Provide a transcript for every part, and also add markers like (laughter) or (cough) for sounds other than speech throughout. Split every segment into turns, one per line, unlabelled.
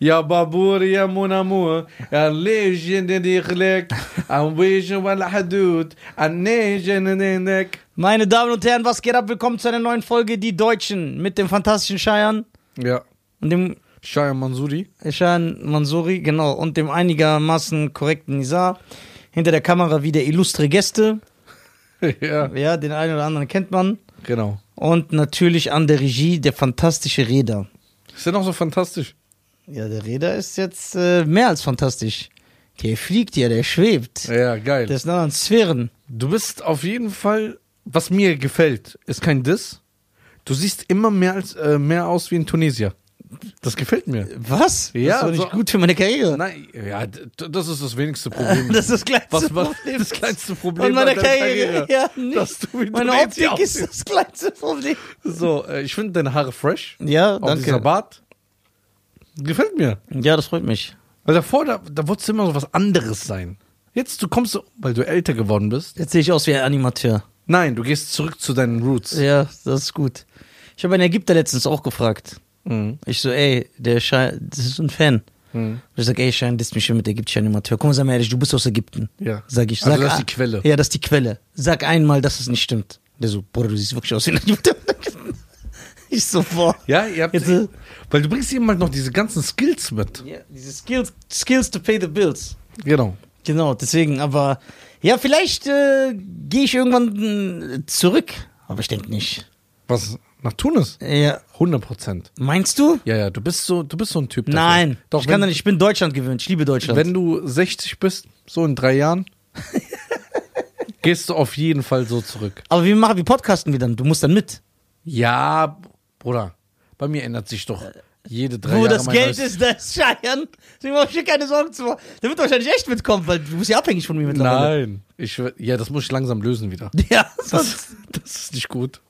يا بابور يا مون امور ليش (laughs) ديخلك عم بيجي ولا حدود عنيش نينك
Meine Damen und Herren, was geht ab? Willkommen zu einer neuen Folge Die Deutschen mit dem fantastischen Scheiern
Ja,
und dem
Shaya Mansuri.
Scheiern Mansuri, genau, und dem einigermaßen korrekten Nizar. Hinter der Kamera wieder illustre Gäste.
(laughs) ja,
Ja, den einen oder anderen kennt man.
genau.
Und natürlich an der Regie der fantastische Reda.
Ist ja noch so fantastisch.
Ja, der Reda ist jetzt äh, mehr als fantastisch. Der fliegt ja, der schwebt.
Ja, geil.
Der ist in anderen Sphären.
Du bist auf jeden Fall, was mir gefällt, ist kein Diss. Du siehst immer mehr, als, äh, mehr aus wie ein Tunesier. Das gefällt mir.
Was?
Ja,
das ist doch nicht
so-
gut für meine Karriere.
Nein, ja, d- d- das ist das wenigste (laughs) Problem.
(laughs) Das ist das kleinste
was, was,
Problem.
das kleinste Problem
Und meine
an deiner
Karriere. Ja, nicht.
dass du wie
meine
Tunesier
Optik ist
aussiehst.
das kleinste Problem.
So, äh, ich finde deine Haare fresh.
Ja,
Auch dieser
danke.
Bart. Gefällt mir.
Ja, das freut mich.
Weil davor, da, da wolltest du immer so was anderes sein. Jetzt, du kommst, so- weil du älter geworden bist.
Jetzt sehe ich aus wie ein Animateur.
Nein, du gehst zurück zu deinen Roots.
Ja, das ist gut. Ich habe einen Ägypter letztens auch gefragt.
Mhm.
Ich so, ey, der Schein, das ist so ein Fan.
Hm.
Und ich sag, ey, Schein, das ist mich schon mit ägyptischer Animateur. Komm, sag mal ehrlich, du bist aus Ägypten.
Ja.
Sag ich. Sag,
Also das ist
ah,
die Quelle.
Ja, das ist die Quelle. Sag einmal, dass es nicht stimmt. Der so, boah, du siehst wirklich aus wie ein Animateur. (laughs) Ich so, boah.
Ja, ihr habt,
Jetzt, äh,
weil du bringst eben halt noch diese ganzen Skills mit.
Ja, diese Skills, Skills to pay the bills.
Genau.
Genau, deswegen, aber ja, vielleicht äh, gehe ich irgendwann äh, zurück. Aber ich denke nicht.
Was nach Tunis?
Ja,
100 Prozent.
meinst du?
Ja, ja, du bist so, du bist so ein Typ. dafür.
Nein,
Doch,
ich
wenn,
kann da nicht. Ich bin Deutschland gewöhnt. Ich liebe Deutschland.
Wenn du 60 bist, so in drei
(laughs)
Jahren, gehst du auf jeden Fall so zurück.
aber wir machen, wir podcasten wir dann. Du musst dann mit.
Ja, Bruder, bei mir ändert sich doch jede drei
Wo
Jahre
das
mein
Geld
neues-
ist, das (laughs) Scheiern. Deswegen mach ich dir keine Sorgen zu machen. Der wird wahrscheinlich echt mitkommen, weil du bist ja abhängig von mir mittlerweile.
Nein, ich, schwör- ja, das muss ich langsam lösen
(laughs)
wieder.
Ja, sonst.
Das, das ist nicht gut.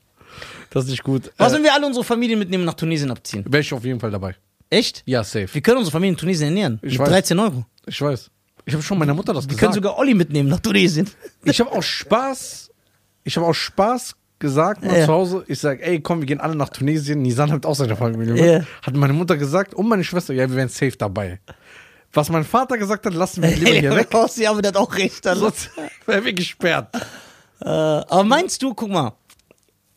Das ist nicht gut.
Was,
äh,
wenn wir alle unsere Familien mitnehmen und nach Tunesien abziehen?
Wäre ich auf jeden Fall dabei.
Echt?
Ja, safe.
Wir können unsere Familie in Tunesien ernähren.
Ich
mit
weiß.
13 Euro.
Ich weiß. Ich habe schon meiner Mutter das
Wir können
gesagt.
sogar Olli mitnehmen nach Tunesien.
ich habe auch Spaß, ich habe auch Spaß gesagt mal
Ja.
zu Hause. Ich sage, ey, komm, wir gehen alle nach Tunesien. Nisan hat auch seine Familie. mit.
Ja.
Hat meine Mutter gesagt und meine Schwester, ja, wir wären safe dabei. Was mein Vater gesagt hat, lassen wir
(laughs)
ihn lieber
Ey,
hier
aber
weg.
Kossi, aber der hat auch recht. Dann.
Sonst (laughs) wären wir gesperrt.
Äh, aber meinst du, guck mal,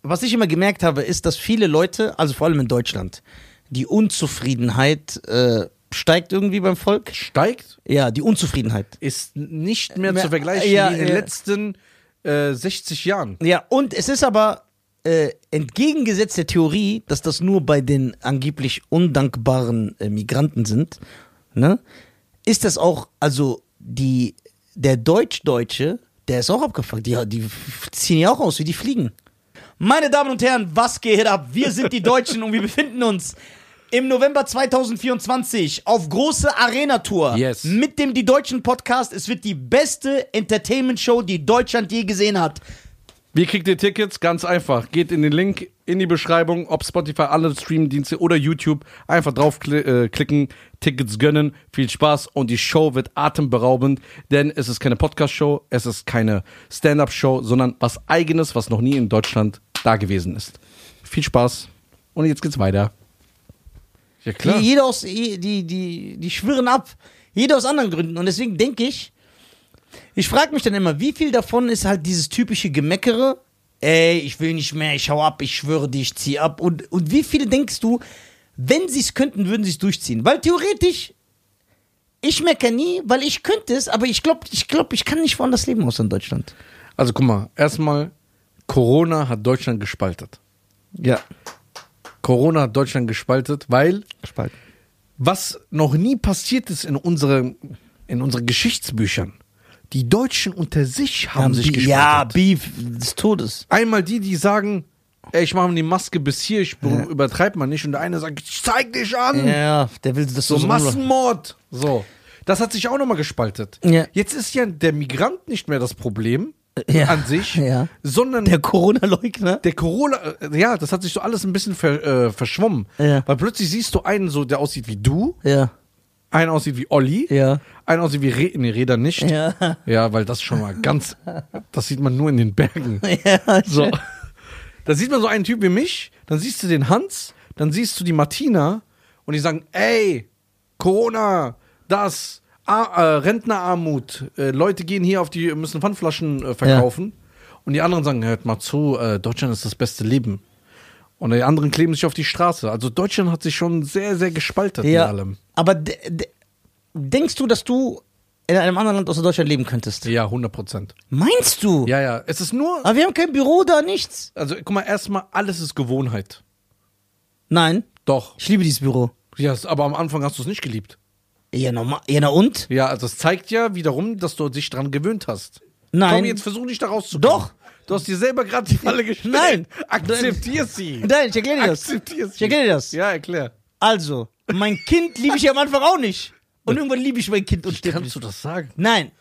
was ich immer gemerkt habe, ist, dass viele Leute, also vor allem in Deutschland, die Unzufriedenheit äh, steigt irgendwie beim Volk.
Steigt,
Ja, die Unzufriedenheit.
ist nicht mehr,
Mehr-
zu vergleichen
ja,
wie in den
ja.
letzten äh, 60 Jahren.
Ja, und es ist aber äh, entgegengesetzt der Theorie, dass das nur bei den angeblich undankbaren äh, Migranten sind, ne? ist das auch, also die, der Deutsch-Deutsche, der ist auch abgefuckt. Die, die ziehen ja auch aus, wie die fliegen. Meine Damen und Herren, was geht ab? Wir sind die Deutschen und wir befinden uns im November 2024 auf große Arena-Tour
Yes.
mit dem Die Deutschen Podcast. Es wird die beste Entertainment-Show, die Deutschland je gesehen hat.
Wie kriegt ihr Tickets? Ganz einfach. Geht in den Link in die Beschreibung, ob Spotify, alle Streamdienste oder YouTube. Einfach draufklicken, Tickets gönnen. Viel Spaß und die Show wird atemberaubend, denn es ist keine Podcast-Show, es ist keine Stand-Up-Show, sondern was Eigenes, was noch nie in Deutschland da gewesen ist. Viel Spaß und jetzt geht's weiter. Ja, klar.
Die, jeder aus, die, die, die, die schwirren ab. Jeder aus anderen Gründen. Und deswegen denke ich, ich frage mich dann immer, wie viel davon ist halt dieses typische Gemeckere, ey, ich will nicht mehr, ich hau ab, ich schwöre dir, ich zieh ab. Und, und wie viele denkst du, wenn sie es könnten, würden sie es durchziehen? Weil theoretisch, ich meckere nie, weil ich könnte es, aber ich glaube, ich glaube, ich kann nicht woanders leben außer in Deutschland.
Also guck mal, erstmal, Corona hat Deutschland gespaltet.
Ja.
Corona hat Deutschland gespaltet, weil
Gespalten.
was noch nie passiert ist in, unsere, in unseren Geschichtsbüchern. Die Deutschen unter sich haben, sich
Bi- ja,
gespalten.
Beef des Todes.
Einmal die, die sagen, ey, ich mache mir die Maske bis hier, ich be- übertreib mal nicht. Und der eine sagt, ich zeig dich an.
Ja, der will das
Hm. So
so
Massenmord. So. Das hat sich auch nochmal gespaltet.
Ja.
Jetzt ist ja der Migrant nicht mehr das Problem
Ja.
an sich,
Ja.
sondern
Der Corona-Leugner.
der Corona, äh, ja, das hat sich so alles ein bisschen ver, äh, verschwommen.
Ja.
Weil plötzlich siehst du einen so, der aussieht wie du, (laughs)
Ja.
einen aussieht wie Olli,
Ja.
einen aussieht wie Re nee, Räder nicht.
Ja.
Ja, weil das schon mal ganz, das sieht man nur in den Bergen.
ja.
So. (laughs) Da sieht man so einen Typ wie mich, dann siehst du den Hans, dann siehst du die Martina und die sagen, ey, Corona, das, Ar- äh, Rentnerarmut, äh, Leute gehen hier auf die, müssen Pfandflaschen äh, verkaufen. Und die anderen sagen, hört mal zu, äh, Deutschland ist das beste Leben. Und die anderen kleben sich auf die Straße. Also Deutschland hat sich schon sehr, sehr gespaltet in allem.
Aber de- de- denkst du, dass du in einem anderen Land außer Deutschland leben könntest?
Ja, 100 Prozent.
Meinst du?
Ja, ja. Es ist nur,
Aber wir haben kein Büro da, nichts.
also guck mal, erstmal, alles ist Gewohnheit.
Nein,
Doch.
ich liebe dieses Büro.
Ja, es- aber am Anfang hast du es nicht geliebt.
Ja, normal. Ja, na und?
Ja, also es zeigt ja wiederum, dass du dich dran gewöhnt hast.
Nein.
Komm, jetzt versuch nicht da rauszukommen.
Doch.
Du hast dir selber gerade die Falle gestellt.
Nein.
Akzeptier sie.
Nein, ich erkläre dir das.
Akzeptier sie.
Ich erkläre dir das.
Ja, erklär.
Also, mein Kind liebe ich ja am Anfang auch nicht. Und irgendwann liebe ich mein Kind und stirb
Kannst
nicht.
du das sagen?
Nein,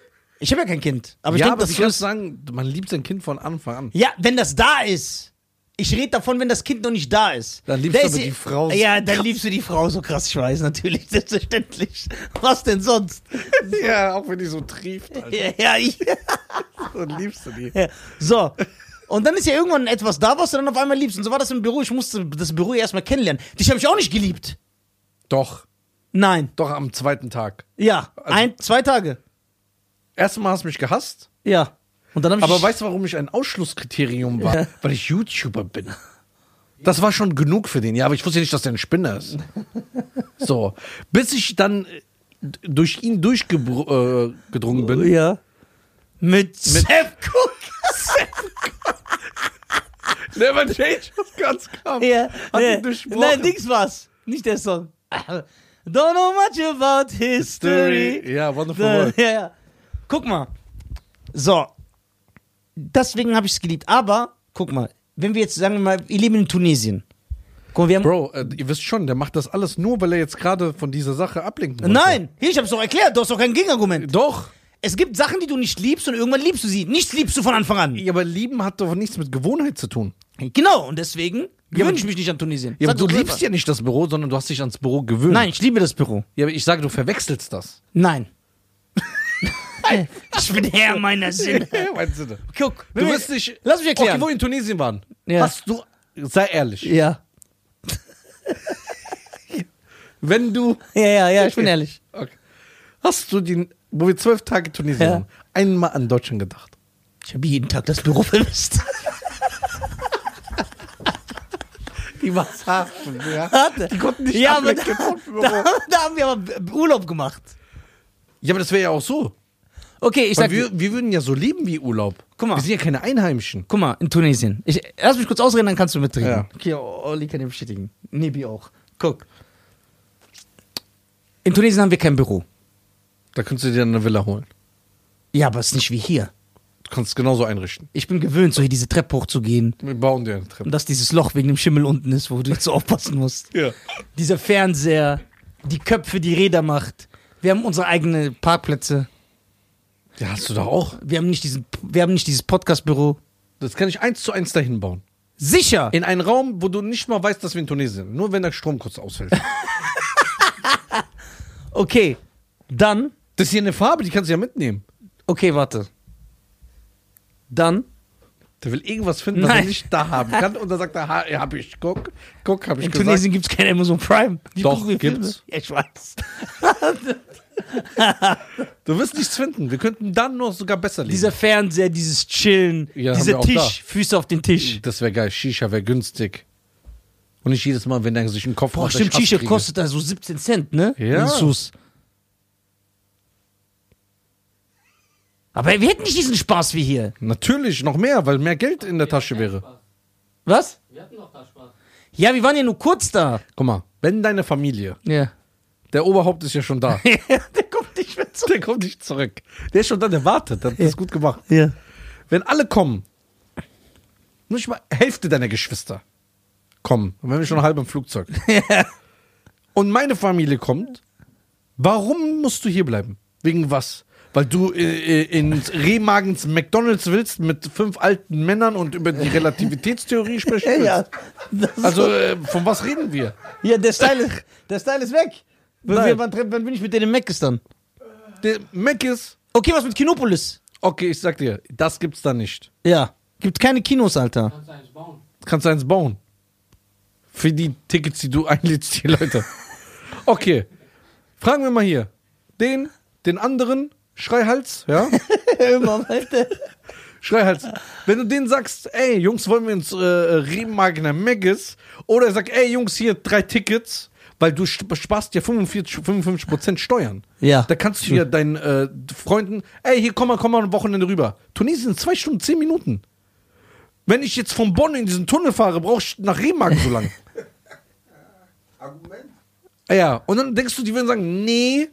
ich habe ja kein Kind. Aber ich
ja,
denke,
aber
das
wie
ist
kannst du sagen, man liebt sein Kind von Anfang
(laughs)
an.
Ja, wenn das da ist. Ich rede davon, wenn das Kind noch nicht da ist.
Dann liebst
Da
du
ist
aber
sie-
die Frau so
Ja, dann liebst du die Frau so krass, ich weiß natürlich, (laughs) selbstverständlich. Was denn sonst?
Ja, auch wenn die so trieft, Alter,
Ja, ja, ich,
dann liebst du die.
ja. So. Und dann ist ja irgendwann etwas da, was du dann auf einmal liebst. Und so war das im Büro. Ich musste das Büro ja erstmal kennenlernen. Dich habe ich auch nicht geliebt.
Doch,
Nein.
doch am zweiten Tag.
Ja.
Also
Ein, zwei Tage.
Erstmal hast du mich gehasst,
Ja. Und dann habe ich.
aber weißt du, warum ich ein Ausschlusskriterium war? Weil ich YouTuber bin. Das war schon genug für den. Ja, aber ich wusste nicht, dass der ein Spinner ist. So, bis ich dann äh, d- durch ihn durchgedrungen äh, gedrungen bin.
Ja. Mit, Sepp Cook.
Never change was ganz klar.
Ja.
Hat
ja.
ihn durchbrochen.
Nein, Dings war's. Nicht der Song. Don't know much about history.
Ja, wonderful
Da-
world.
Ja, ja. Guck mal. So. Deswegen habe ich es geliebt. Aber, guck mal, wenn wir jetzt sagen wir mal, wir leben in Tunesien. Guck mal, wir haben.
Bro, äh, ihr wisst schon, der macht das alles nur, weil er jetzt gerade von dieser Sache ablenken wollte.
Nein, hier, ich hab's doch erklärt, du hast doch kein Gegenargument.
Doch.
Es gibt Sachen, die du nicht liebst und irgendwann liebst du sie. Nichts liebst du von Anfang an.
Ja, aber Lieben hat doch nichts mit Gewohnheit zu tun.
Genau, und deswegen gewöhne
aber-
ich mich nicht an Tunesien.
Ja, aber du
Sag doch
liebst
selber.
ja nicht das Büro, sondern du hast dich ans Büro gewöhnt.
Nein, ich liebe das Büro.
Ja, aber ich sage, du verwechselst
(laughs)
das.
Nein. ich bin Herr meiner
(laughs)
Sinne.
mein Sinne.
Guck,
Du wirst nicht.
Lass mich erklären.
Okay, wo wir in Tunesien waren.
Ja.
Hast du. Sei ehrlich.
ja.
Wenn du.
Ja, ja, ja, ich bin ehrlich.
Okay. Hast du den. Wo wir zwölf Tage Tunesien
Ja.
waren, einmal an Deutschland gedacht.
Ich habe jeden Tag das Büro vermisst.
Die war Hafen, ja.
Warte.
Die konnten nicht
ja, aber da,
ablenken vom Büro.
da, da haben wir aber Urlaub gemacht.
Ja, aber das wäre ja auch so.
Okay, ich
Weil
sag
wir, wir würden ja so leben wie Urlaub.
Guck mal.
Wir sind ja keine Einheimischen.
Guck mal, in Tunesien. Ich, lass mich kurz ausreden, dann kannst du mitreden.
Ja.
Okay, Olli kann dir bestätigen. Nebi auch. Guck. In Tunesien haben wir kein Büro.
Da könntest du dir eine Villa holen.
Ja, aber es ist nicht wie hier.
Du kannst es genauso einrichten.
Ich bin gewöhnt, so hier diese Treppe hochzugehen.
Wir bauen dir eine Treppe.
Und dass dieses Loch wegen dem Schimmel unten ist, wo du jetzt so aufpassen musst.
Ja.
Dieser Fernseher, die Köpfe, die Räder macht. Wir haben unsere eigenen Parkplätze.
Ja, hast du da auch.
Wir haben nicht, diesen, wir haben nicht dieses Podcast-Büro.
Das kann ich eins zu eins dahin bauen.
Sicher!
In einen Raum, wo du nicht mal weißt, dass wir in Tunesien sind. Nur wenn der Strom kurz ausfällt.
Okay, dann.
Das ist hier eine Farbe, die kannst du ja mitnehmen.
Okay, warte. Dann.
Der will irgendwas finden, was er
Nein.
nicht da haben kann. Und dann sagt er, ha, ja, hab ich, guck, guck, hab ich
In
gesagt.
Tunesien gibt es kein Amazon Prime. Die
Doch,
gucken wir Filme.
gibt's.
Ja, ich weiß.
Du wirst nichts finden. Wir könnten dann noch sogar besser leben.
Dieser Fernseher, dieses Chillen,
Ja, haben wir
dieser
auch
Tisch,
da. Hm.
Füße auf den Tisch.
das wäre geil. Shisha wäre günstig. Und nicht jedes Mal, wenn er sich einen Kopf
Boah,
macht, dass
stimmt,
ich Hass
Shisha
kriege.
kostet da so 17 Cent, ne?
Ja.
In Sus. Aber wir hätten nicht diesen Spaß wie hier.
Natürlich, noch mehr, weil mehr Geld in der Tasche wäre.
Was?
Wir hatten doch da Spaß.
Ja, wir waren ja nur kurz da.
Guck mal, wenn deine Familie,
(laughs) Ja.
der Oberhaupt ist ja schon
(laughs)
da,
Der kommt nicht mehr zurück.
der kommt nicht zurück. Der ist schon da, der wartet, der hat das gut gemacht.
Ja.
Wenn alle kommen, nur nicht mal Hälfte deiner Geschwister kommen, dann wären wir schon halb im Flugzeug. Und meine Familie kommt, warum musst du hier bleiben? Wegen was? Weil du äh, äh, ins Rehmagens McDonalds willst mit fünf alten Männern und über die Relativitätstheorie sprechen willst?
Ja, das ist
Also, äh, von was reden wir?
Ja, der Style ist, der Style ist weg. Wenn
Nein.
wir, wann, treffen- wann bin ich mit denen im Mac dann?
Der Mac ist,
Okay, was mit Kinopolis?
okay, ich sag dir, das gibt's da nicht.
Ja. Gibt keine Kinos, Alter.
Kannst du eigentlich bauen.
Kannst du eins bauen? (laughs) Für die Tickets, die du einlädst, die Leute. Okay. Fragen wir mal hier. Den, den anderen, Schreihals, ja?
Immer weiter.
Schreihals. halt. Wenn du denen sagst, ey, Jungs, wollen wir ins äh, Regenmagner Megis? Oder er sagt, ey, Jungs, hier drei Tickets, weil du sp- sparst dir 45, 55% Steuern.
Ja.
Da kannst du ja deinen äh, Freunden, ey, hier komm mal, komm mal am Wochenende rüber. Tunesien, zwei Stunden, zehn Minuten. Wenn ich jetzt von Bonn in diesen Tunnel fahre, brauche ich nach Remagen so lang.
Argument?
ja, und dann denkst du, die würden sagen, nee,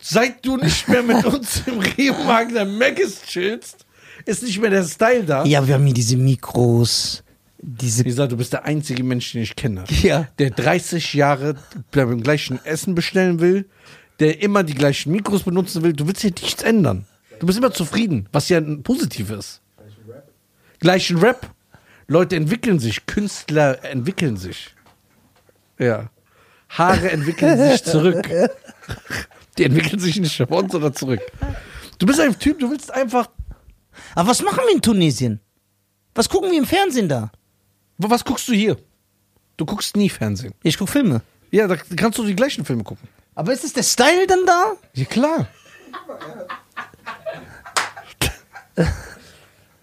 seit du nicht mehr mit uns im Remagener Megis chillst, ist nicht mehr der Style da.
Ja, wir haben hier diese Mikros, diese
Wie gesagt, du bist der einzige Mensch, den ich kenne,
Ja.
der 30 Jahre beim gleichen Essen bestellen will, der immer die gleichen Mikros benutzen will. Du willst hier nichts ändern. Du bist immer zufrieden, was ja ein positiv ist. Gleichen Rap. Leute entwickeln sich, Künstler entwickeln sich. Ja. Haare entwickeln sich zurück. Die entwickeln sich nicht nach uns, sondern zurück. Du bist ein Typ, du willst einfach.
Aber was machen wir in Tunesien? Was gucken wir im Fernsehen da?
Was guckst du hier? Du guckst nie Fernsehen.
Ich gucke Filme.
Ja, da kannst du die gleichen Filme gucken.
Aber ist es der Style dann da?
Ja, klar.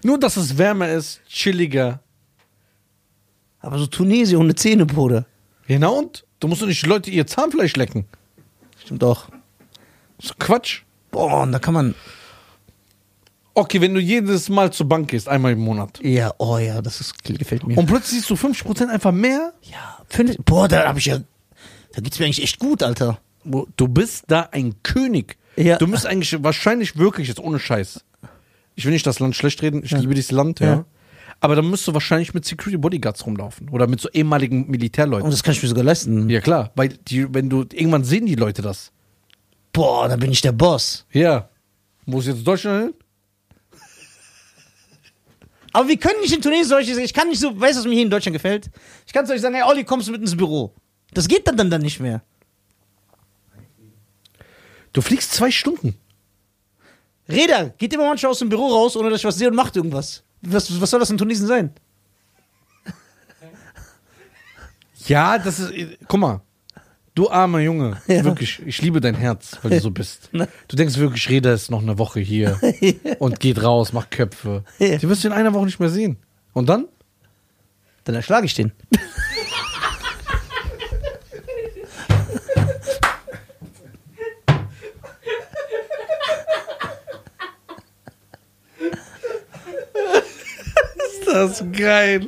Nur, dass es wärmer ist, chilliger.
Aber so Tunesien ohne Zähne, Bruder.
Genau, und du musst doch nicht Leute ihr Zahnfleisch lecken.
Stimmt auch.
So Quatsch.
Boah, und da kann man.
Okay, wenn du jedes Mal zur Bank gehst, einmal im Monat.
Ja, oh ja, das ist, gefällt mir.
Und plötzlich siehst du 50% einfach mehr.
ja, finde Boah, da habe ich ja. Da geht's mir eigentlich echt gut, Alter.
Du bist da ein König.
Ja.
Du bist eigentlich wahrscheinlich wirklich jetzt ohne Scheiß. Ich will nicht das Land schlecht reden, ich liebe dieses Land, ja.
Ja.
Aber dann müsstest du wahrscheinlich mit Security Bodyguards rumlaufen. Oder mit so ehemaligen Militärleuten.
Und das kann ich mir sogar leisten.
Ja klar, weil die, wenn du irgendwann sehen die Leute das.
Boah, da bin ich der Boss.
Ja. Muss jetzt Deutschland hin?
Aber wir können nicht in Tunesien solche. Ich kann nicht so. Weißt du, was mir hier in Deutschland gefällt? Ich kann zu euch sagen, hey, Olli, kommst du mit ins Büro? Das geht dann, dann, dann nicht mehr.
Du fliegst zwei Stunden.
Reda, geht immer manchmal aus dem Büro raus, ohne dass ich was sehe und macht irgendwas. Was, was soll das in Tunesien sein?
Ja, das ist. Guck mal. Du armer (laughs) Junge.
Ja.
Wirklich, ich liebe dein Herz, weil du so (laughs) bist. Du denkst wirklich, Reda ist noch eine Woche (laughs) hier und geht raus, macht Köpfe.
Ja.
Die wirst du in einer Woche nicht mehr sehen. Und dann?
Dann erschlage ich den.
Das ist geil.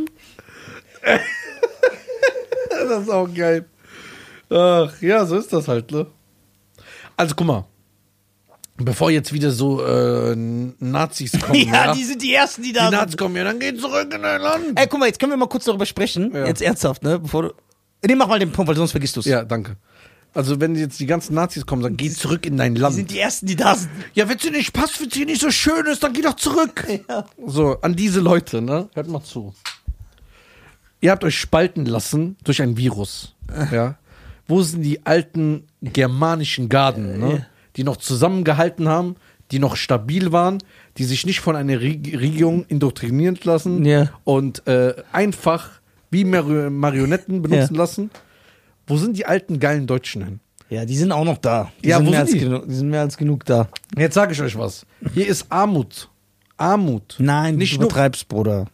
das ist auch geil. Ach, ja, so ist das halt, ne? Also guck mal. Bevor jetzt wieder so äh, Nazis kommen.
(laughs) (laughs) Ja, die sind die Ersten, die da
Die Nazis
sind.
kommen ja, dann geht zurück in dein Land.
Ey, guck mal, jetzt können wir mal kurz darüber sprechen.
Ja.
Jetzt ernsthaft, ne? Bevor du. Nee, mach mal den Punkt, weil sonst vergisst du es.
Ja, danke. Also wenn jetzt die ganzen Nazis kommen, dann geh zurück in dein Land.
Die sind die Ersten, die da sind.
ja, wenn es dir nicht passt, wenn es dir nicht so schön ist, dann geh doch zurück.
(laughs) Ja.
So, an diese Leute, ne? Hört mal zu. Ihr habt euch spalten lassen durch ein Virus.
Äh.
Ja. Wo sind die alten germanischen
Äh,
Garden, ne? Die noch zusammengehalten haben, die noch stabil waren, die sich nicht von einer Reg- Regierung indoktrinieren lassen
Ja.
und äh, einfach wie Mari- Marionetten benutzen lassen. Wo sind die alten geilen Deutschen hin?
Ja, die sind auch noch da. Die,
Ja,
sind,
wo sind
mehr als
die?
Genug, die sind mehr als genug da.
Jetzt sage ich euch was. Hier ist Armut. Armut.
Nein,
nicht
du
nur.
übertreibst, Bruder.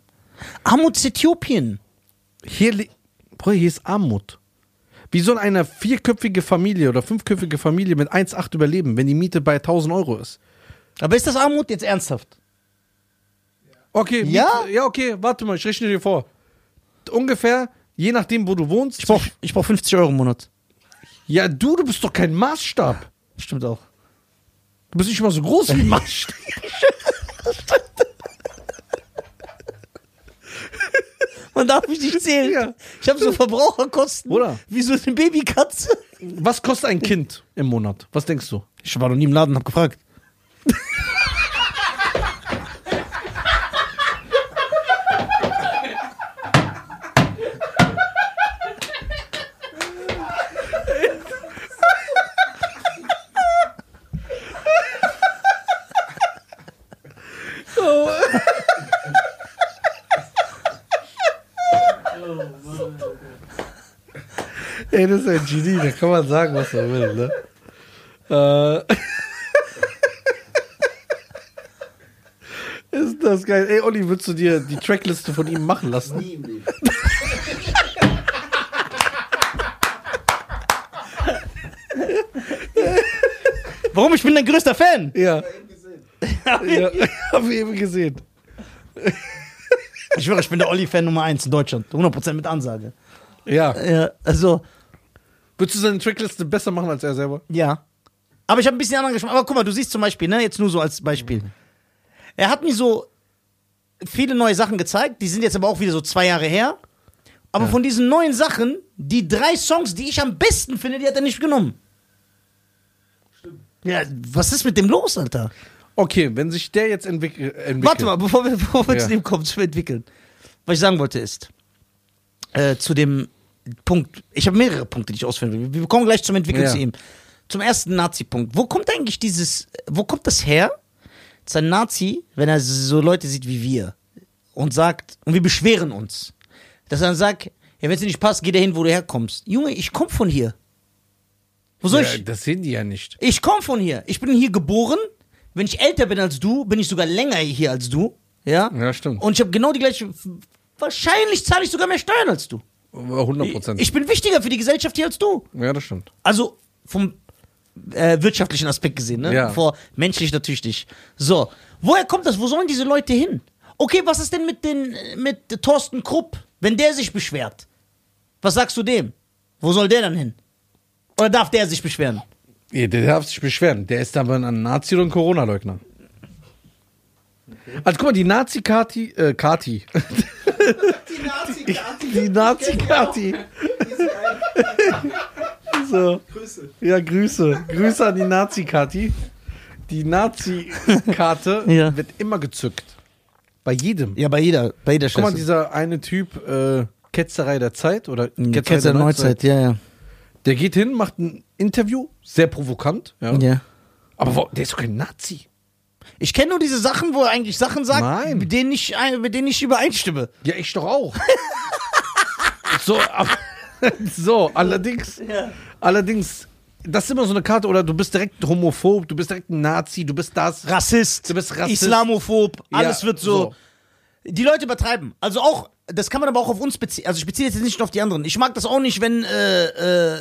Armuts Äthiopien.
Hier, li- Bruder, hier ist Armut. Wie soll eine vierköpfige Familie oder fünfköpfige Familie mit 1,8 überleben, wenn die Miete bei 1000 Euro ist?
Aber ist das Armut jetzt ernsthaft?
Okay,
Ja?
Miete, ja, okay, warte mal, ich rechne dir vor. Ungefähr, je nachdem, wo du wohnst.
Ich brauche ich brauch 50 Euro im Monat.
ja, du, du bist doch kein Maßstab.
Stimmt auch.
Du bist nicht mal so groß wie
(laughs)
ein Maßstab.
Man darf mich nicht zählen.
Ja.
Ich habe so Verbraucherkosten.
Oder?
Wie so eine Babykatze.
Was kostet ein Kind im Monat? Was denkst du?
Ich war noch nie im Laden und habe gefragt.
Ey, das ist ein Genie, da kann man sagen, was er will, ne? Äh. (laughs) Ist das geil. Ey, Olli, würdest du dir die Trackliste von ihm machen lassen?
Nie im Leben.
Warum? Ich bin dein größter Fan.
Ja.
Eben gesehen.
(laughs) ja. Hab ich eben gesehen.
Ich schwöre, ich bin der Olli-Fan Nummer 1 in Deutschland. 100% mit Ansage.
Ja.
Ja, also,
Würdest du seine Trackliste besser machen als er selber?
ja. Aber ich habe ein bisschen anderen Geschmack. Aber guck mal, du siehst zum Beispiel, ne, jetzt nur so als Beispiel. Er hat mir so viele neue Sachen gezeigt. Die sind jetzt aber auch wieder so zwei Jahre her. Aber von diesen neuen Sachen, die drei Songs, die ich am besten finde, die hat er nicht genommen.
Stimmt.
Ja, was ist mit dem los, Alter?
Okay, wenn sich der jetzt entwick äh, entwickelt.
Warte mal, bevor wir, (laughs) bevor wir
Ja.
zu dem kommen, zu entwickeln. Was ich sagen wollte ist, äh, zu dem Punkt, ich habe mehrere Punkte, die ich ausführen will. Wir kommen gleich zum Entwickeln
Ja.
zu ihm. Zum ersten Nazi-Punkt. Wo kommt eigentlich dieses, wo kommt das her, dass ein Nazi, wenn er so Leute sieht wie wir und sagt, und wir beschweren uns, dass er dann sagt, ja, wenn es dir nicht passt, geh dahin, wo du herkommst. Junge, ich komm von hier. Wo soll
Ja,
ich?
das sehen die ja nicht.
Ich komme von hier. Ich bin hier geboren. Wenn ich älter bin als du, bin ich sogar länger hier als du. Ja?
Ja, stimmt.
Und ich habe genau die gleiche. Wahrscheinlich zahle ich sogar mehr Steuern als du.
100 Prozent.
Ich bin wichtiger für die Gesellschaft hier als du.
Ja, das stimmt.
Also vom äh, wirtschaftlichen Aspekt gesehen, ne?
Ja.
Vor menschlich natürlich nicht. So, woher kommt das? Wo sollen diese Leute hin? Okay, was ist denn mit den mit Thorsten Krupp, wenn der sich beschwert? Was sagst du dem? Wo soll der dann hin? Oder darf der sich beschweren?
Ja, der darf sich beschweren. Der ist aber ein Nazi oder ein Corona-Leugner. Also guck mal, die Nazi-Kati, äh, Kati. (laughs)
Die nazi
Die Nazi-Kati. (laughs) So.
Genau. Grüße.
Ja, Grüße. Grüße an die Nazi-Kati. Die Nazi-Karte
(laughs) Ja.
wird immer gezückt. Bei jedem.
Ja, bei jeder, bei jeder
Guck mal,
Scheiße.
dieser eine Typ, äh, Ketzerei der Zeit oder Ketzerei,
Ketzer Hm, Neuzeit, ja, ja.
Der geht hin, macht ein Interview, sehr provokant. Ja.
ja.
Aber wo, der ist doch kein Nazi.
Oh. Ich kenne nur diese Sachen, wo er eigentlich Sachen sagt,
Nein.
mit denen ich ein- mit denen ich übereinstimme.
Ja, ich doch auch. (laughs) so, ab, (laughs) so, allerdings, allerdings, das ist immer so eine Karte, oder du bist direkt homophob, du bist direkt ein Nazi, du bist das.
Rassist,
Du bist Rassist.
Islamophob, alles
Ja,
wird so. Die Leute übertreiben. Also auch, das kann man aber auch auf uns beziehen. Also ich beziehe jetzt nicht nur auf die anderen. Ich mag das auch nicht, wenn äh, äh,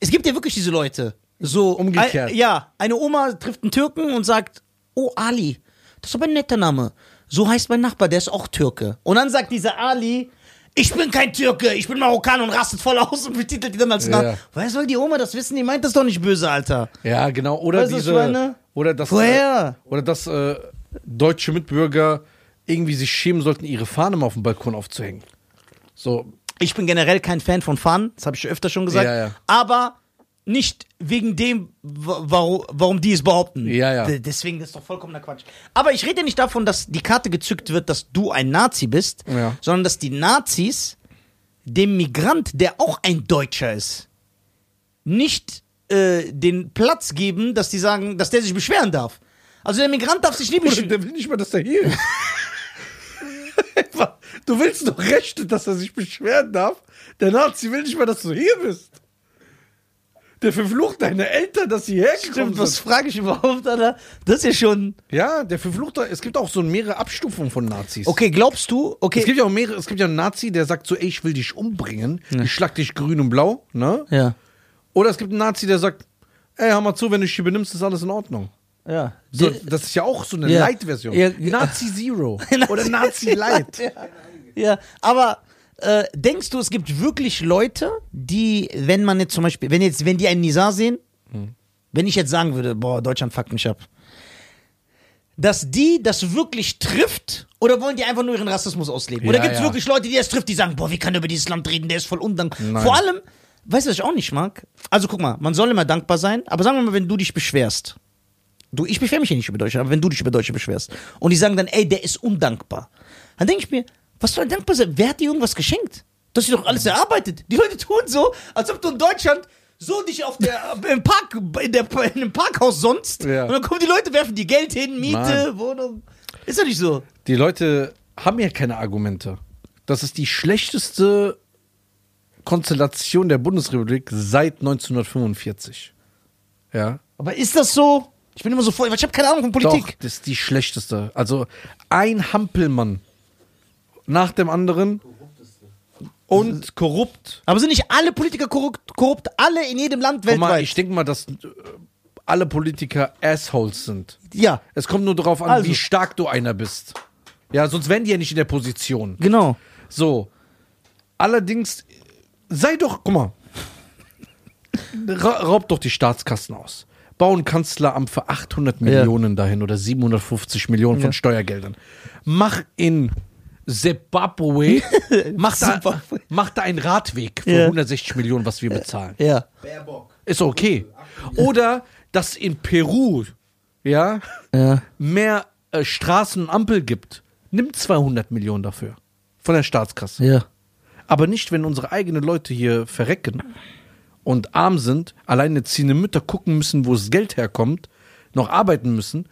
es gibt ja wirklich diese Leute. So
Umgekehrt.
Ein, ja, eine Oma trifft einen Türken und sagt, oh Ali, das ist aber ein netter Name. So heißt mein Nachbar, der ist auch Türke. Und dann sagt dieser Ali, ich bin kein Türke, ich bin Marokkaner und rastet voll aus und betitelt die dann als
Ja.
Nazi. Woher soll die Oma das wissen? Die meint das doch nicht böse, Alter.
Ja, genau. Oder
Weißt du, was ich
diese.
meine?
Oder das.
Woher?
Äh, oder dass äh, deutsche Mitbürger irgendwie sich schämen sollten, ihre Fahne mal auf dem Balkon aufzuhängen. So,
Ich bin generell kein Fan von Fahnen, das habe ich öfter schon gesagt.
Ja, ja.
Aber nicht wegen dem, wa- warum, warum die es behaupten.
Ja, ja.
D- Deswegen das ist doch vollkommener Quatsch. Aber ich rede nicht davon, dass die Karte gezückt wird, dass du ein Nazi bist,
Ja.
sondern dass die Nazis dem Migrant, der auch ein Deutscher ist, nicht äh, den Platz geben, dass die sagen, dass der sich beschweren darf. Also der Migrant darf sich nie
Bruder,
beschweren.
der will nicht mal, dass er hier ist. Einfach, (laughs) du willst doch Rechte, dass er sich beschweren darf. Der Nazi will nicht mal, dass du hier bist. Der verflucht deine Eltern, dass sie hergekommen
(laughs) Stimmt, was
sind.
frage ich überhaupt, Alter? Das ist ja schon.
Ja, der verflucht. Es gibt auch so mehrere Abstufungen von Nazis.
Okay, glaubst du? Okay.
Es gibt ja auch mehrere. Es gibt ja einen Nazi, der sagt so, ey, ich will dich umbringen. Ich schlag dich grün und blau. Ne?
ja.
Oder es gibt einen Nazi, der sagt, ey, hör mal zu, wenn du dich hier benimmst, ist alles in Ordnung.
Ja.
So, das ist ja auch so eine
Ja.
Light-Version.
Ja.
Nazi Zero oder (laughs) Nazi (laughs) Light.
ja, aber äh, denkst du, es gibt wirklich Leute, die, wenn man jetzt zum Beispiel, wenn jetzt, wenn die einen Nizar sehen,
Mhm.
wenn ich jetzt sagen würde, boah, Deutschland fuckt mich ab, dass die das wirklich trifft oder wollen die einfach nur ihren Rassismus ausleben? oder
Ja,
gibt es
ja.
wirklich Leute, die das trifft, die sagen, boah, wie kann er über dieses Land reden, der ist voll undankbar.
Nein.
Vor allem, weißt du, was ich auch nicht mag? Also guck mal, man soll immer dankbar sein, aber sagen wir mal, wenn du dich beschwerst, Du, ich beschwere mich ja nicht über Deutsche, aber wenn du dich über Deutsche beschwerst und die sagen dann, ey, der ist undankbar, dann denke ich mir, was soll dankbar sein? Wer hat dir irgendwas geschenkt? Du hast dir doch alles erarbeitet. Die Leute tun so, als ob du in Deutschland so dich auf der,
(laughs)
im Park, in, der, in einem Parkhaus sonst
Ja.
und dann kommen die Leute, werfen dir Geld hin, Miete,
Mann.
Wohnung. Ist doch nicht so.
Die Leute haben ja keine Argumente. Das ist die schlechteste Konstellation der Bundesrepublik seit 1945. Ja.
Aber ist das so? Ich bin immer so voll, ich habe keine Ahnung von Politik.
Doch, das ist die schlechteste. Also ein Hampelmann nach dem anderen und korrupt.
Aber sind nicht alle Politiker korrupt, korrupt alle in jedem Land
Guck Mal,
weltweit?
ich denke mal, dass äh, alle Politiker Assholes sind.
ja,
Es kommt nur darauf an,
Also.
wie stark du einer bist. Ja, sonst wären die ja nicht in der Position.
genau.
So. Allerdings, sei doch, guck mal, ra raub doch die Staatskassen aus. Bau ein Kanzleramt für 800 Millionen dahin oder 750 Millionen von
Ja.
Steuergeldern. Mach in
(laughs)
Zimbabwe, mach, da,
Zimbabwe.
mach da einen Radweg für
Ja.
160 Millionen, was wir bezahlen.
Ja.
Baerbock.
Ist okay. Oder, dass in Peru, ja,
Ja.
mehr äh, Straßen und Ampel gibt. Nimm 200 Millionen dafür. Von der Staatskasse.
Ja.
Aber nicht, wenn unsere eigenen Leute hier verrecken und arm sind, alleinerziehende Mütter gucken müssen, wo das Geld herkommt, noch arbeiten müssen.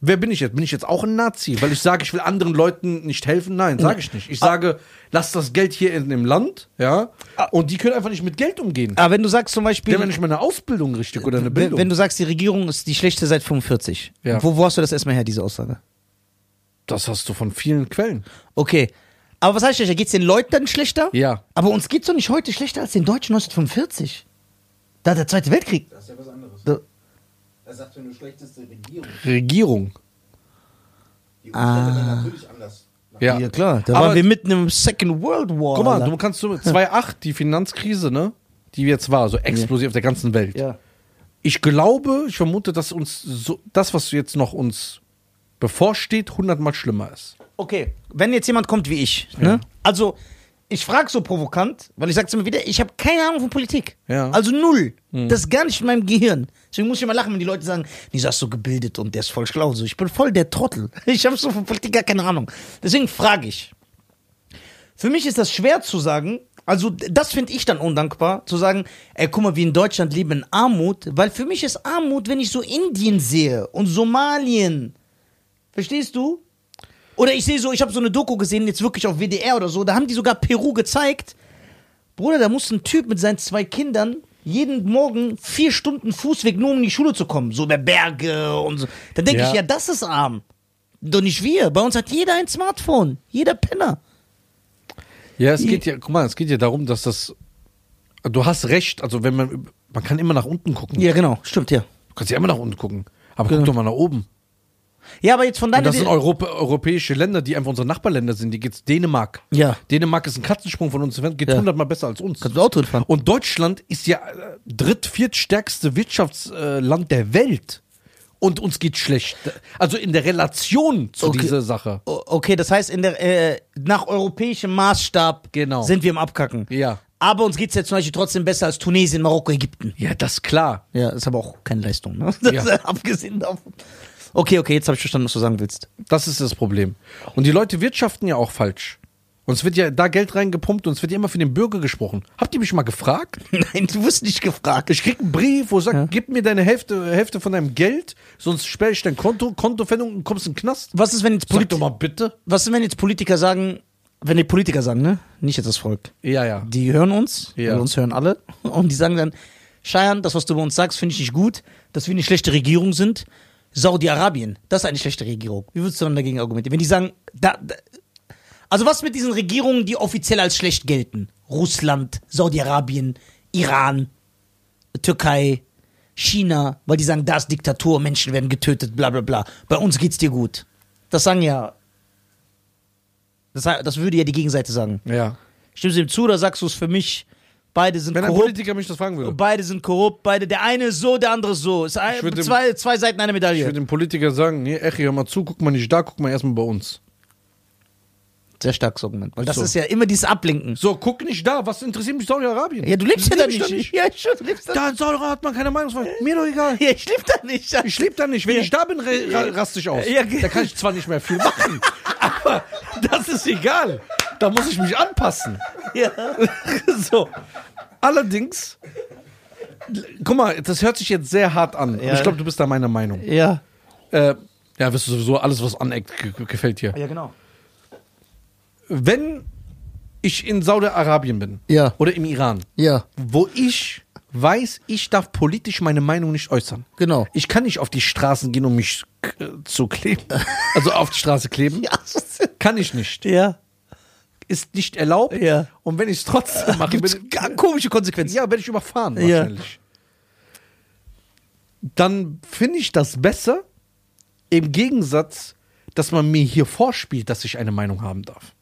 Wer bin ich jetzt? Bin ich jetzt auch ein Nazi? Weil ich sage, ich will anderen Leuten nicht helfen? Nein, sage ich nicht. Ich sage, lass das Geld hier in dem Land, ja, und die können einfach nicht mit Geld umgehen.
Aber wenn du sagst zum
Die
Beispiel,
haben ja nicht mal eine Ausbildung richtig oder eine
Ah. wenn,
Bildung.
wenn du sagst, die Regierung ist die schlechte seit 45,
Ja.
wo, wo hast du das erstmal her, diese Aussage?
das hast du von vielen Quellen.
Okay. Aber was heißt schlechter? Geht's den Leuten dann schlechter?
Ja.
Aber uns geht's doch nicht heute schlechter als den Deutschen 1945. Da hat der Zweite Weltkrieg.
Das ist ja was anderes.
Da,
Er sagt, wenn du schlechteste Regierung.
Regierung.
Die Umstände waren natürlich anders.
Ja,
ja klar. Da
Aber-
waren wir mitten im Second World War.
Guck mal,
Alter.
du kannst so 2,8, die Finanzkrise, ne? Die jetzt war, so explosiv auf der ganzen Welt.
ja.
Ich glaube, ich vermute, dass uns so, das, was jetzt noch uns bevorsteht, hundertmal schlimmer ist.
Okay, wenn jetzt jemand kommt wie ich, ne? also ich frage so provokant, weil ich sage immer wieder, ich habe keine Ahnung von Politik.
Ja.
Also null. Das ist gar nicht in meinem Gehirn. Deswegen muss ich immer lachen, wenn die Leute sagen, Nisa ist so gebildet und der ist voll schlau. So, ich bin voll der Trottel. (laughs) Ich habe so von Politik gar keine Ahnung. Deswegen frage ich. Für mich ist das schwer zu sagen. Also, d- das finde ich dann undankbar, zu sagen, ey, guck mal, wir in Deutschland leben in Armut, weil für mich ist Armut, wenn ich so Indien sehe und Somalien. Verstehst du? Oder ich sehe so, ich habe so eine Doku gesehen, jetzt wirklich auf WDR oder so, da haben die sogar Peru gezeigt. Bruder, da muss ein Typ mit seinen zwei Kindern jeden Morgen vier Stunden Fußweg nur um in die Schule zu kommen, so über Berge und so. Da denke
Ja.
ich, ja, das ist arm. Doch nicht wir. Bei uns hat jeder ein Smartphone. Jeder Penner.
Ja, es geht ja, guck mal, es geht ja darum, dass das. Du hast recht, also wenn man. Man kann immer nach unten gucken.
Ja, genau. Stimmt, ja.
Du kannst ja immer nach unten gucken. Aber
Genau.
guck doch mal nach oben.
Ja, aber jetzt von
Und
deiner.
das sind Europa, europäische Länder, die einfach unsere Nachbarländer sind. Die geht's Dänemark.
Ja.
Dänemark ist ein Katzensprung von uns entfernt, geht
Ja.
hundertmal besser als uns.
du Auto fahren?
Und Deutschland ist ja äh, dritt, viertstärkste Wirtschaftsland der Welt. Und uns geht schlecht. Also in der Relation zu
Okay.
dieser Sache.
Okay, das heißt, in der, äh, nach europäischem Maßstab
Genau.
sind wir im Abkacken.
Ja.
Aber uns geht es ja zum Beispiel trotzdem besser als Tunesien, Marokko, Ägypten.
Ja, das ist klar.
Ja, ist aber auch keine Leistung, ne? Das
Ja.
abgesehen davon. Okay, okay, jetzt habe ich verstanden, was du sagen (laughs) willst.
Das ist das Problem. Und die Leute wirtschaften ja auch falsch. Uns wird ja da Geld reingepumpt und es wird ja immer für den Bürger gesprochen. Habt ihr mich mal gefragt?
Nein, du wirst nicht gefragt.
Ich krieg einen Brief, wo sagt, gib mir deine Hälfte, Hälfte von deinem Geld, sonst sperre ich dein Konto, Kontofendung und kommst in den Knast.
Was ist, wenn jetzt
Sag
Polit
doch mal bitte.
was ist, wenn jetzt Politiker sagen, wenn die Politiker sagen, ne? Nicht jetzt das Volk.
Ja, ja.
Die hören uns,
Ja.
weil uns hören alle. (laughs) Und die sagen dann, Scheiern, das, was du bei uns sagst, finde ich nicht gut, dass wir eine schlechte Regierung sind. Saudi-Arabien, das ist eine schlechte Regierung. Wie würdest du dann dagegen argumentieren? Wenn die sagen, da, da, also was mit diesen Regierungen, die offiziell als schlecht gelten? Russland, Saudi-Arabien, Iran, Türkei, China, weil die sagen, da ist Diktatur, Menschen werden getötet, bla bla bla. Bei uns geht's dir gut. Das sagen ja. Das, das würde ja die Gegenseite sagen.
Ja.
Stimmst du ihm zu oder sagst du es für mich? Beide sind
Wenn ein
korrupt.
Politiker mich das fragen würde.
Beide sind korrupt. Beide, der eine ist so, der andere ist so. Ist ein,
Ich würde-
zwei, zwei Seiten einer
Ich
Medaille.
würde dem Politiker sagen, nee, Echi, hör mal zu, guck mal nicht da, guck mal erstmal bei uns.
Sehr starkes Argument. Weil das
So.
ist ja immer dieses Ablenken.
So, guck nicht da, was interessiert mich Saudi-Arabien?
Ja, du lebst ja
Leb
da
ich
nicht. Ja, ich schon, du lebst da
Da in Saudi-Arabien hat man keine Meinungsfreiheit. Mir doch egal.
Ja, ich lebe da nicht.
Ich lebe da nicht. Wenn
Ja.
ich da bin, re- ra- raste ich aus.
Ja, ge-
da kann ich zwar nicht mehr viel machen, aber das ist (laughs) egal. Da muss ich mich anpassen.
Ja.
So. Allerdings, guck mal, das hört sich jetzt sehr hart an. Und
Ja.
ich glaube, du bist da meiner Meinung.
ja.
Äh, ja, wirst du sowieso alles, was aneckt, ge- ge- gefällt dir.
Ja, genau.
Wenn ich in Saudi-Arabien bin
Ja.
oder im Iran,
Ja.
wo ich weiß, ich darf politisch meine Meinung nicht äußern.
Genau.
Ich kann nicht auf die Straßen gehen, um mich äh, zu kleben. Also auf die Straße kleben.
Ja,
Kann ich nicht.
ja.
Ist nicht erlaubt.
Ja.
Und wenn ich es trotzdem mache,
Gibt's
bin,
ga- komische Konsequenzen.
ja, werde ich überfahren
Ja.
wahrscheinlich. Dann finde ich das besser, im Gegensatz, dass man mir hier vorspielt, dass ich eine Meinung haben darf.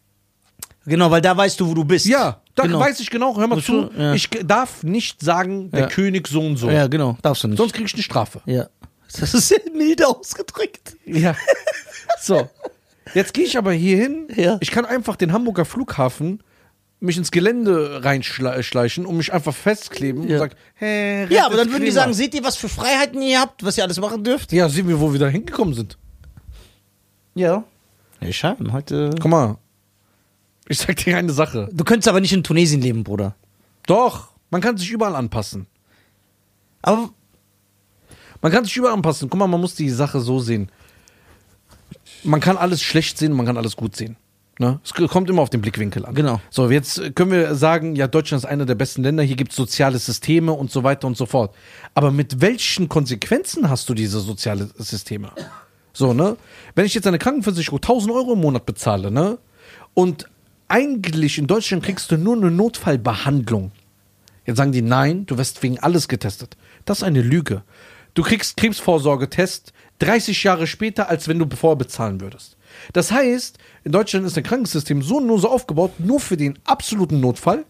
Genau, weil da weißt du, wo du bist.
Ja, da
genau.
weiß ich genau, hör mal
Musst
zu,
du- ja.
ich ge- darf nicht sagen, der
Ja.
König so und so.
Ja, genau. Darfst du nicht.
Sonst kriege ich eine Strafe.
ja. Das ist sehr milde ausgedrückt.
Ja. (laughs) so. Jetzt gehe ich aber hier hin.
Ja.
Ich kann einfach den Hamburger Flughafen mich ins Gelände reinschleichen und mich einfach festkleben
Ja.
und sag, hey,
Ja,
rettet
aber dann würden die
Klima.
sagen, seht ihr, was für Freiheiten ihr habt, was ihr alles machen dürft?
Ja, sehen wir, wo wir da hingekommen sind.
Ja. Ja, schade. Heute.
Guck mal. Ich sag dir eine Sache.
Du könntest aber nicht in Tunesien leben, Bruder.
Doch, man kann sich überall anpassen.
Aber
Man kann sich überall anpassen. Guck mal, man muss die Sache so sehen. Man kann alles schlecht sehen, man kann alles gut sehen. Ne? Es k- kommt immer auf den Blickwinkel an.
Genau.
So, jetzt äh, können wir sagen, ja, Deutschland ist einer der besten Länder, hier gibt es soziale Systeme und so weiter und so fort. Aber mit welchen Konsequenzen hast du diese sozialen Systeme? So, ne? Wenn ich jetzt eine Krankenversicherung 1000 Euro im Monat bezahle, ne? Und eigentlich in Deutschland kriegst du nur eine Notfallbehandlung. Jetzt sagen die, nein, du wirst wegen alles getestet. Das ist eine Lüge. Du kriegst Krebsvorsorgetest 30 Jahre später, als wenn du vorbezahlen würdest. Das heißt, in Deutschland ist das Krankensystem so nur so aufgebaut, nur für den absoluten Notfall.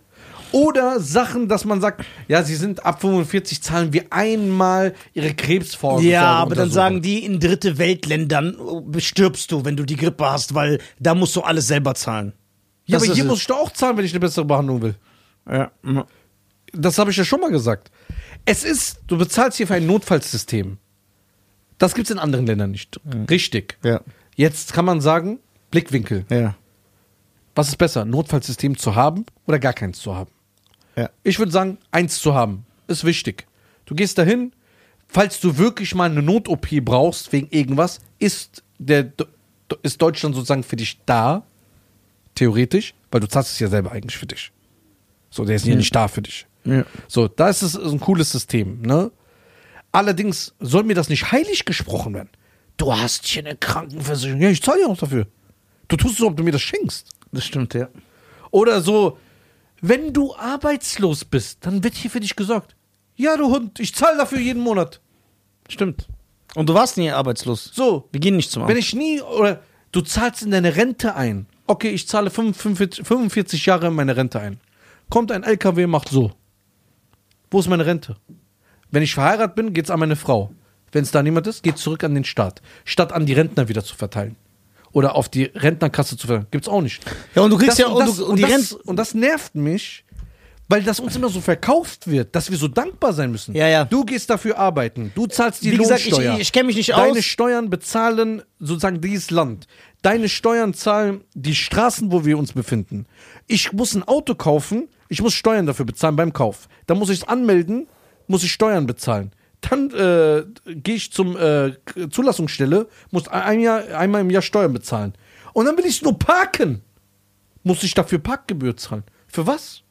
Oder Sachen, dass man sagt, ja, sie sind ab 45 zahlen wir einmal ihre Krebsvorsorge.
Ja, aber dann sagen die, in dritte Weltländern oh, stirbst du, wenn du die Grippe hast, weil da musst du alles selber zahlen.
Ja,
Das
aber
ist
hier
es.
muss ich doch auch zahlen, wenn ich eine bessere Behandlung will.
Ja.
Das habe ich ja schon mal gesagt. Es ist, du bezahlst hier für ein Notfallsystem. Das gibt es in anderen Ländern nicht. Richtig.
Ja.
Jetzt kann man sagen, Blickwinkel.
Ja.
Was ist besser, ein Notfallsystem zu haben oder gar keins zu haben?
Ja.
Ich würde sagen, eins zu haben ist wichtig. Du gehst dahin, falls du wirklich mal eine Not-OP brauchst wegen irgendwas, ist, der, ist Deutschland sozusagen für dich da, theoretisch, weil du zahlst es ja selber eigentlich für dich. So, der ist hier nicht da für dich.
Ja.
So, da ist es ein cooles System, ne? Allerdings soll mir das nicht heilig gesprochen werden. Du hast hier eine Krankenversicherung. Ja, ich zahle ja auch dafür. Du tust so, ob du mir das schenkst.
Das stimmt, ja.
Oder so, wenn du arbeitslos bist, dann wird hier für dich gesorgt. Ja, du Hund, ich zahle dafür jeden Monat.
Stimmt. Und du warst nie arbeitslos.
So,
Wir gehen nicht zum
wenn
Arzt.
ich nie, oder du zahlst in deine Rente ein. Okay, ich zahle 45, 45 Jahre in meine Rente ein. Kommt ein LKW, macht so. Wo ist meine Rente? Wenn ich verheiratet bin, geht's an meine Frau. Wenn es da niemand ist, geht's zurück an den Staat. Statt an die Rentner wieder zu verteilen. Oder auf die Rentnerkasse zu verteilen. Gibt's auch nicht.
Ja, und du
das,
kriegst ja-
und,
und
das,
du-
und,
und die
das,
Rent-
und das nervt mich, weil das uns immer so verkauft wird, dass wir so dankbar sein müssen.
Ja, ja.
Du gehst dafür arbeiten, du zahlst die
Wie gesagt, ich-
Lohnsteuer.
ich- ich kenn mich nicht
Deine
aus.
Steuern bezahlen sozusagen dieses Land. Deine Steuern zahlen die Straßen, wo wir uns befinden. Ich muss ein Auto kaufen, ich muss Steuern dafür bezahlen beim Kauf. Dann muss ich es anmelden, muss ich Steuern bezahlen. Dann äh, gehe ich zum äh, K- Zulassungsstelle, muss ein Jahr, einmal im Jahr Steuern bezahlen. Und dann will ich nur parken. Muss ich dafür Parkgebühr zahlen? Für was?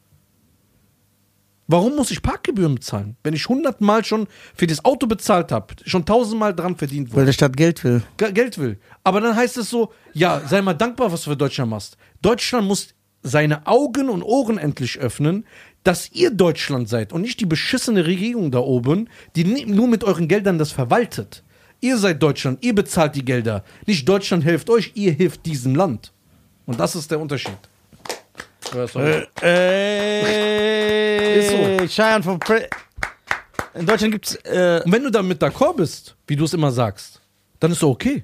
Warum muss ich Parkgebühren bezahlen, wenn ich hundertmal schon für das Auto bezahlt habe, schon tausendmal dran verdient wurde?
Weil der Staat Geld will.
Ge- Geld will. Aber dann heißt es so, ja, sei mal dankbar, was du für Deutschland machst. Deutschland muss seine Augen und Ohren endlich öffnen, dass ihr Deutschland seid und nicht die beschissene Regierung da oben, die ni- nur mit euren Geldern das verwaltet. Ihr seid Deutschland, ihr bezahlt die Gelder. Nicht Deutschland hilft euch, ihr hilft diesem Land. Und das ist der Unterschied. Ja,
Äh,
sorry.
Ey,
Ist
Cheyenne von äh, Pre In Deutschland gibt's äh,
Und wenn du dann mit d'accord bist, wie du es immer sagst, dann ist doch okay.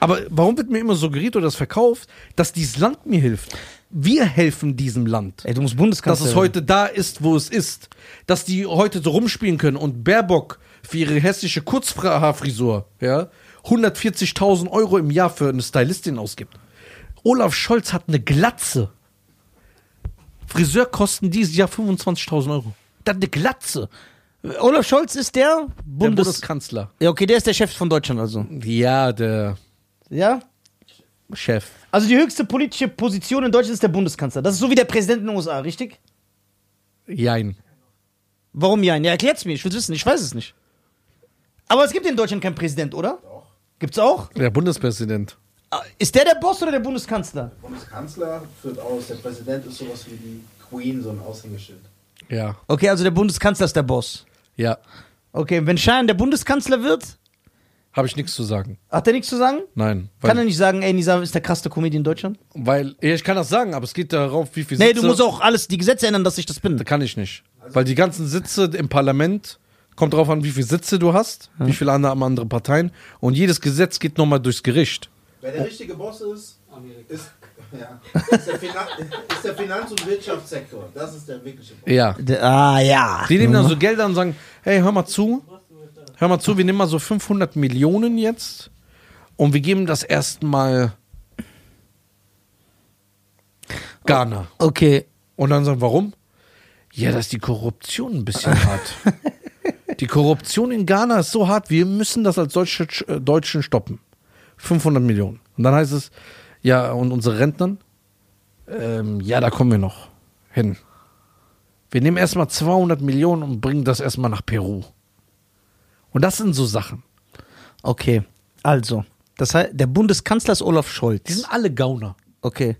Aber warum wird mir immer suggeriert oder das verkauft, dass dieses Land mir hilft? Wir helfen diesem Land.
Ey, du musst Bundeskanzler.
dass es heute da ist, wo es ist. Dass die heute so rumspielen können und Baerbock für ihre hässliche Kurzhaarfrisur ja, 140.000 Euro im Jahr für eine Stylistin ausgibt. Olaf Scholz hat eine Glatze. Friseur kosten dieses Jahr 25.000 Euro. Dann eine Glatze.
werden. Olaf Scholz ist der
Der
Bundes
Bundeskanzler.
Ja, okay, der ist der Chef von Deutschland also.
Ja, der
Ja?
Chef.
Also die höchste politische Position in Deutschland ist der Bundeskanzler. Das ist so wie der Präsident in den USA, richtig?
Jein.
Warum Jein? Ja, erklärt's mir, ich will's wissen, ich weiß es nicht. Aber es gibt in Deutschland keinen Präsident, oder?
Doch.
Gibt's auch?
Der Bundespräsident.
Ah, Ist der der Boss oder der Bundeskanzler?
Bundeskanzler führt aus, der Präsident ist sowas wie die Queen, so ein Aushängeschild.
Ja.
Okay, also der Bundeskanzler ist der Boss.
Ja.
Okay, wenn Schein der Bundeskanzler wird,
Habe ich nichts zu sagen.
hat er nichts zu sagen?
Nein.
Kann er
weil,
nicht sagen, ey, Nisa ist der krasseste Comedian in Deutschland?
weil, ja, ich kann das sagen, aber es geht darauf, wie viel
Nee, du musst auch alles, die Gesetze ändern, dass ich das bin.
Da kann ich nicht. Weil die ganzen Sitze im Parlament, kommt darauf an, wie viele Sitze du hast, wie viele andere, andere Parteien. Und jedes Gesetz geht nochmal durchs Gericht.
Wer der richtige Boss ist, ist, ja, ist, der, Finan (laughs) ist der Finanz- und Wirtschaftssektor. Das ist der wirkliche Boss.
Ja.
Der- Ah, ja.
Die nehmen dann so Gelder und sagen, hey, hör mal zu, hör mal zu, wir nehmen mal so 500 Millionen jetzt und wir geben das erstmal Ghana.
Okay.
Und dann sagen, warum? Ja, dass die Korruption ein bisschen hart. Die Korruption in Ghana ist so hart, wir müssen das als Deutsche, äh, Deutschen stoppen. 500 Millionen. Und dann heißt es, ja, und unsere Rentner? Ähm, ja, da kommen wir noch hin. Wir nehmen erstmal 200 Millionen und bringen das erstmal nach Peru. Und das sind so Sachen.
Okay. Also, das heißt, der Bundeskanzler ist Olaf
Die
Scholz.
sind alle Gauner.
Okay.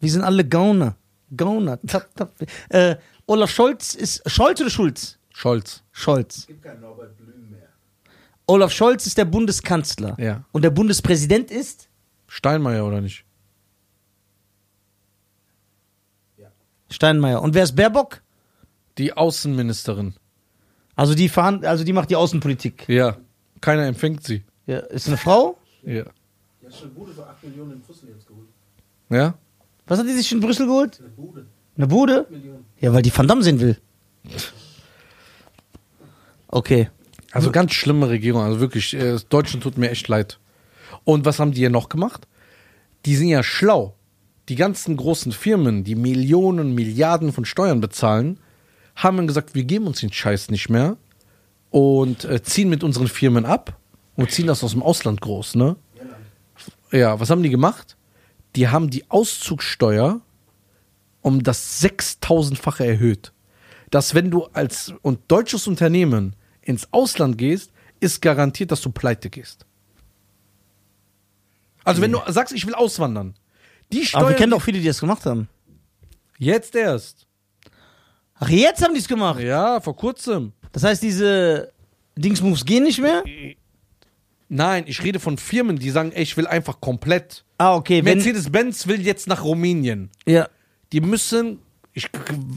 Wir sind alle Gauner. Gauner. Tap, tap. Äh, Olaf Scholz ist. Scholz oder Schulz?
Scholz.
Scholz.
Es gibt keinen Norbert Blüm mehr.
Olaf Scholz ist der Bundeskanzler.
Ja.
Und der Bundespräsident ist?
Steinmeier oder nicht?
Steinmeier. Und wer ist Baerbock?
Die Außenministerin.
Also die, verhand also die macht die Außenpolitik.
Ja. Keiner empfängt sie.
Ja. Ist eine Frau?
Ja.
Die hat schon eine Bude für 8 Millionen in Brüssel jetzt geholt.
Ja?
Was hat die sich in Brüssel geholt?
Eine Bude.
Eine Bude?
Millionen.
Ja, weil die Van Damme sehen will. Okay.
Also ganz schlimme Regierung, also wirklich, äh, das Deutschen tut mir echt leid. Und was haben die ja noch gemacht? Die sind ja schlau. Die ganzen großen Firmen, die Millionen, Milliarden von Steuern bezahlen, haben dann gesagt, wir geben uns den Scheiß nicht mehr und äh, ziehen mit unseren Firmen ab und ziehen das aus dem Ausland groß, ne? Ja, was haben die gemacht? Die haben die Auszugssteuer um das 6000-fache erhöht. Dass wenn du als und deutsches Unternehmen ins Ausland gehst, ist garantiert, dass du pleite gehst. Also wenn du sagst, ich will auswandern, die Steuer
Aber wir kennen doch viele, die das gemacht haben.
jetzt erst.
Ach, jetzt haben die es gemacht.
Ja, vor kurzem.
Das heißt, diese Dingsmoves gehen nicht mehr?
Nein, ich rede von Firmen, die sagen, ey, ich will einfach komplett.
Ah, okay. Wenn,
Mercedes-Benz will jetzt nach Rumänien.
ja.
die müssen, ich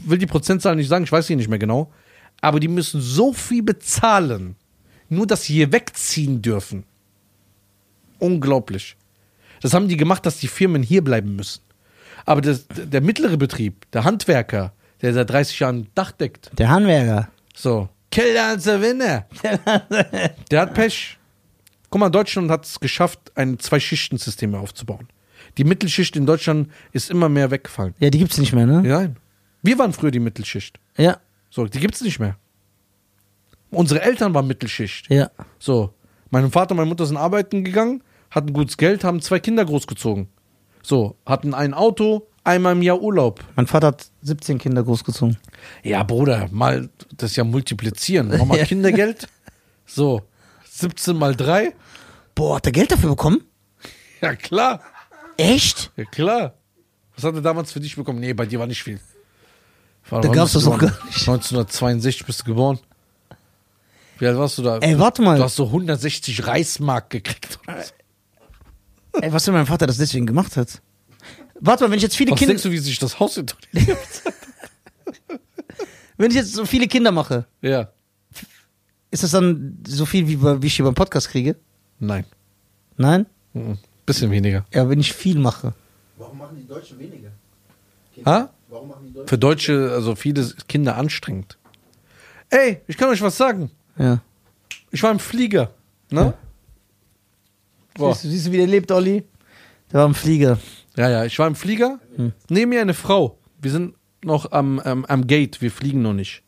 will die Prozentzahl nicht sagen, ich weiß sie nicht mehr genau, aber die müssen so viel bezahlen, nur dass sie hier wegziehen dürfen. Unglaublich. Das haben die gemacht, dass die Firmen hier bleiben müssen. Aber das, der mittlere Betrieb, der Handwerker, der seit 30 Jahren Dach deckt,
Der Handwerker.
so, Keller ist der Winner. Der hat Pech. Guck mal, Deutschland hat es geschafft, ein Zwei-Schichten-System aufzubauen. Die Mittelschicht in Deutschland ist immer mehr weggefallen.
Ja, die gibt's nicht mehr, ne?
Nein. Wir waren früher die Mittelschicht.
Ja.
So, die gibt's nicht mehr. Unsere Eltern waren Mittelschicht.
Ja.
So, mein Vater und meine Mutter sind arbeiten gegangen, hatten gutes Geld, haben zwei Kinder großgezogen. So, hatten ein Auto, einmal im Jahr Urlaub.
Mein Vater hat 17 Kinder großgezogen.
Ja, Bruder, mal das ja multiplizieren. Mach mal
(laughs) Ja.
Kindergeld. So, 17 mal 3.
Boah, hat er Geld dafür bekommen?
Ja, klar.
Echt?
Ja, klar. Was hat er damals für dich bekommen? Nee, bei dir war nicht viel.
Da gab's das noch gar nicht.
1962 bist du geboren. Wie alt warst du da?
Ey, warte mal. Äh,
Du hast so 160 Reismark gekriegt.
Ey, was wenn mein Vater das deswegen gemacht hat? Warte mal, wenn ich jetzt viele
Was
Kinder,
denkst du, wie sich das Haus entwickelt?
wenn ich jetzt so viele Kinder mache,
Ja.
ist das dann so viel wie, bei- wie ich hier beim Podcast kriege?
Nein.
Nein?
Mhm. Bisschen weniger.
Ja, wenn ich viel mache.
Warum machen die Deutschen weniger?
Ha?
Warum machen die Deutschen
Für Deutsche, also viele Kinder anstrengend. Ey, ich kann euch was sagen.
Ja.
Ich war im Flieger. Ne? Boah.
Siehst du, siehst du, wie der lebt, Olli? Der war im Flieger.
Ja, ja, ich war im Flieger, neben mir eine Frau. Wir sind noch am, am, am Gate, wir fliegen noch nicht.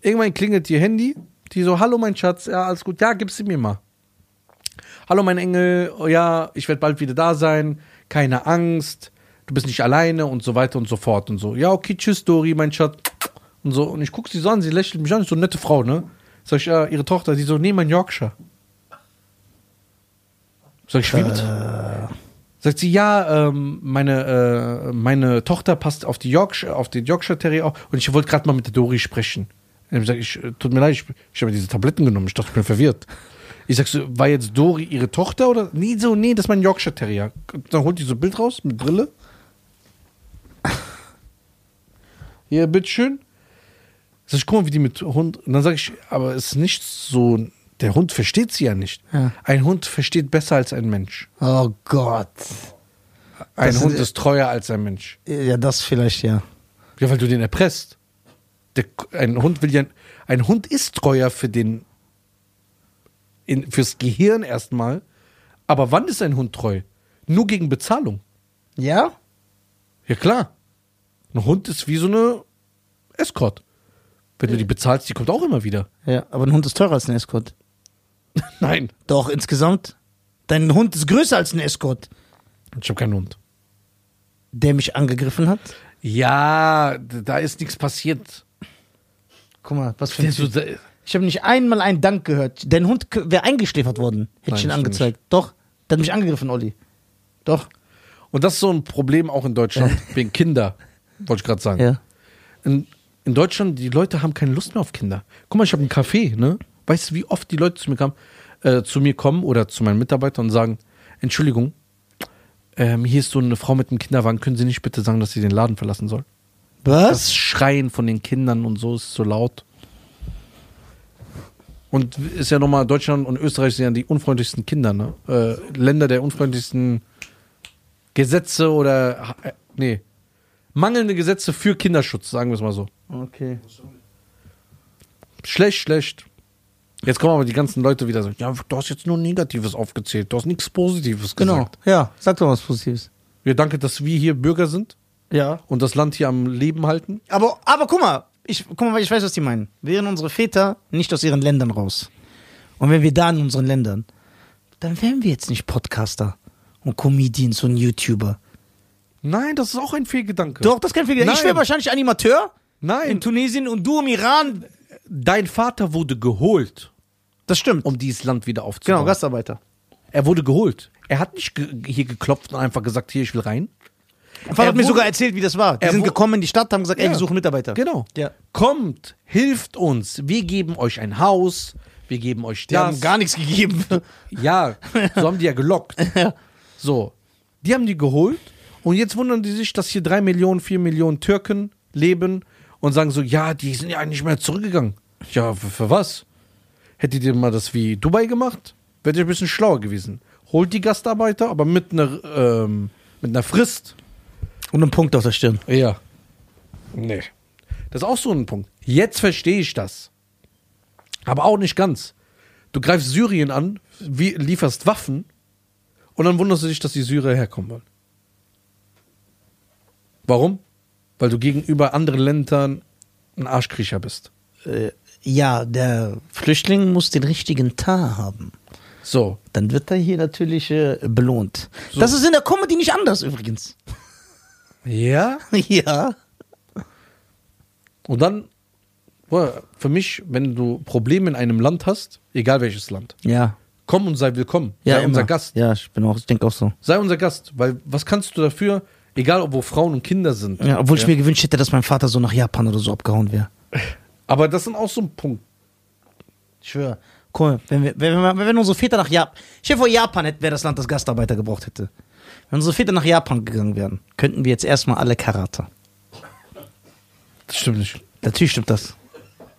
Irgendwann klingelt ihr Handy, die so, hallo mein Schatz, ja, alles gut, ja, gib sie mir mal. Hallo mein Engel, oh ja, ich werde bald wieder da sein, keine Angst, du bist nicht alleine und so weiter und so fort und so. Ja, okay, tschüss Dori, mein Schatz. Und so, und ich guck sie so an, sie lächelt mich an, ist so eine nette Frau, ne? Sag ich, ja, ihre Tochter, sie so, nee, mein Yorkshire. Sag ich, wie bitte? Sagt sie, ja, ähm, meine, äh, meine Tochter passt auf die Yorkshire, auf den Yorkshire Terrier auf und ich wollte gerade mal mit der Dori sprechen. Und ich sag, ich, äh, tut mir leid, ich, ich habe diese Tabletten genommen, ich dachte, ich bin verwirrt. Ich sag so, war jetzt Dori ihre Tochter oder? Nee, so, nee, das ist mein Yorkshire Terrier. Und Dann holt die so ein Bild raus mit Brille. (laughs) Hier, bitteschön. Sag ich, guck mal, wie die mit Hund. Und dann sage ich, aber es ist nicht so. Der Hund versteht sie ja nicht.
Ja.
Ein Hund versteht besser als ein Mensch.
Oh Gott.
Ein
Das
Hund
ist-
ist äh treuer als ein Mensch.
Ja, das vielleicht, ja.
Ja, weil du den erpresst. Der, ein Hund will ja. Ein Hund ist treuer für den. In, fürs Gehirn erstmal. Aber wann ist ein Hund treu? Nur gegen Bezahlung.
Ja?
Ja, klar. Ein Hund ist wie so eine Escort. Wenn du die bezahlst, die kommt auch immer wieder.
Ja, aber ein Hund ist teurer als ein Escort.
Nein.
Doch, insgesamt. Dein Hund ist größer als ein Escort,
Ich habe keinen Hund.
der mich angegriffen hat.
Ja, d- da ist nichts passiert.
Guck mal, was für
Der
ein
so,
Typ.
der,
Ich habe nicht einmal einen Dank gehört. Dein Hund k- wäre eingeschläfert worden.
Nein,
Hätte ich ihn
stimmt
angezeigt. Doch, der hat mich angegriffen, Olli. Doch.
und das ist so ein Problem auch in (laughs) Deutschland, wegen Kinder, wollte ich gerade sagen.
Ja.
In, in Deutschland, die Leute haben keine Lust mehr auf Kinder. Guck mal, ich habe einen Café, ne? Weißt du, wie oft die Leute zu mir, kamen, äh, zu mir kommen oder zu meinen Mitarbeitern und sagen, Entschuldigung, ähm, hier ist so eine Frau mit einem Kinderwagen, können Sie nicht bitte sagen, dass sie den Laden verlassen soll?
Was?
das Schreien von den Kindern und so ist so laut. Und ist ja nochmal, Deutschland und Österreich sind ja die unfreundlichsten Kinder, ne? Äh, Länder der unfreundlichsten Gesetze oder. Äh, nee. Mangelnde Gesetze für Kinderschutz, sagen wir es mal so.
Okay.
Schlecht, schlecht. Jetzt kommen aber die ganzen Leute wieder so: Ja, du hast jetzt nur Negatives aufgezählt, du hast nichts Positives
Genau.
gesagt.
Ja, sag doch mal was Positives.
Ja, danke, dass wir hier Bürger sind
Ja.
und das Land hier am Leben halten.
Aber, aber guck mal, ich, guck mal, ich weiß, was die meinen. Wären unsere Väter nicht aus ihren Ländern raus. Und wenn wir da in unseren Ländern, dann wären wir jetzt nicht Podcaster und Comedians und YouTuber.
Nein, das ist auch ein Fehlgedanke.
Doch, das kann ich mir Ich wäre
Nein.
wahrscheinlich Animateur in
Nein,
Tunesien und du im Iran.
dein Vater wurde geholt,
Das stimmt.
um dieses Land wieder aufzubauen.
Genau, Gastarbeiter.
er wurde geholt. Er hat nicht ge hier geklopft und einfach gesagt, hier, ich will rein.
Mein Vater
Er
hat mir
wurde-
sogar erzählt, wie das war. Die
er
sind
wurde-
gekommen in die Stadt, haben gesagt, ey,
Ja.
wir suchen Mitarbeiter.
Genau.
Ja.
Kommt, hilft uns. Wir geben euch ein Haus, wir geben euch
Die
das.
haben gar
(laughs)
nichts gegeben.
ja, so haben die ja gelockt. So, die haben die geholt und jetzt wundern die sich, dass hier drei Millionen, vier Millionen Türken leben und sagen so, ja, die sind ja eigentlich mehr zurückgegangen. Ja, für, für was? Hättet ihr mal das wie Dubai gemacht, wärt ihr ein bisschen schlauer gewesen. Holt die Gastarbeiter, aber mit einer, ähm, mit einer Frist.
Und einen Punkt auf der Stirn.
Ja. Nee. Das ist auch so ein Punkt. Jetzt verstehe ich das. Aber auch nicht ganz. Du greifst Syrien an, wie, lieferst Waffen und dann wunderst du dich, dass die Syrer herkommen wollen. Warum? Weil du gegenüber anderen Ländern ein Arschkriecher bist.
Ja, der Flüchtling muss den richtigen Tar haben.
So.
dann wird er hier natürlich äh, belohnt. Das ist in der Comedy nicht anders übrigens. (laughs)
Ja?
ja.
Und dann, boah, für mich, wenn du Probleme in einem Land hast, egal welches Land,
Ja.
komm und sei willkommen. sei unser Gast.
Ja, ich bin auch, ich denke auch so.
Sei unser Gast, weil was kannst du dafür, egal ob wo Frauen und Kinder sind.
Ja, obwohl ich mir gewünscht hätte, dass mein Vater so nach Japan oder so abgehauen wäre.
Aber das sind auch so ein Punkt.
Ich schwöre. Guck mal, wenn, wir, wenn, wir, wenn unsere Väter nach Japan. Chef vor Japan hätte, wäre das Land, das Gastarbeiter gebraucht hätte. Wenn unsere Väter nach Japan gegangen wären, könnten wir jetzt erstmal alle Karate.
Das stimmt nicht.
Natürlich stimmt das.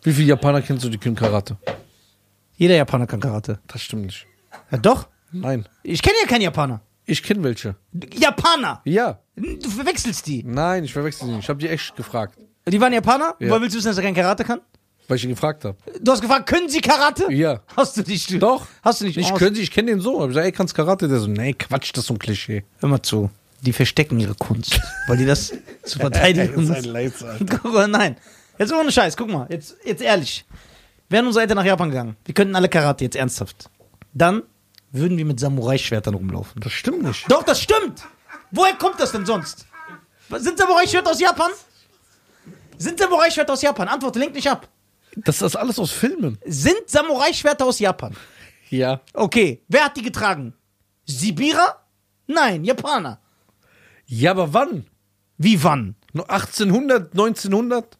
Wie viele Japaner kennst du, die können Karate?
Jeder Japaner kann Karate.
Das stimmt nicht.
Ja, doch.
Nein.
Ich kenne ja keinen Japaner.
Ich kenne welche.
Japaner!
Ja.
Du verwechselst die.
Nein, ich verwechsel sie nicht. Ich habe die echt gefragt,
Die waren Japaner?
Ja.
Weil willst du wissen, dass er kein Karate kann?
weil ich ihn gefragt habe.
Du hast gefragt, können Sie Karate?
Ja.
Hast du nicht? du-
Doch.
Hast du nicht?
Ich
Oh,
könnte, ich kenne den so. Hab ich gesagt, ey, kannst Karate? Der so, nee, Quatsch, das ist so ein Klischee.
Hör mal zu. Die verstecken ihre Kunst, weil die das zu
(laughs)
verteidigen
Das ist ein
ist.
Leids,
(laughs) Guck mal, nein. Jetzt ohne Scheiß, guck mal. Jetzt, jetzt ehrlich. Wären unsere Eltern nach Japan gegangen, wir könnten alle Karate jetzt ernsthaft. Dann würden wir mit Samurai-Schwertern rumlaufen.
Das stimmt nicht.
Doch, das stimmt! Woher kommt das denn sonst? Was- Sind Samurai-Schwerter aus Japan? Sind Samurai-Schwerter aus Japan? Antwort, lenk nicht ab.
Das ist alles aus Filmen.
Sind Samurai-Schwerter aus Japan?
Ja.
Okay, wer hat die getragen? Sibira? Nein, Japaner.
Ja, aber wann?
Wie wann?
No- 1800, 1900?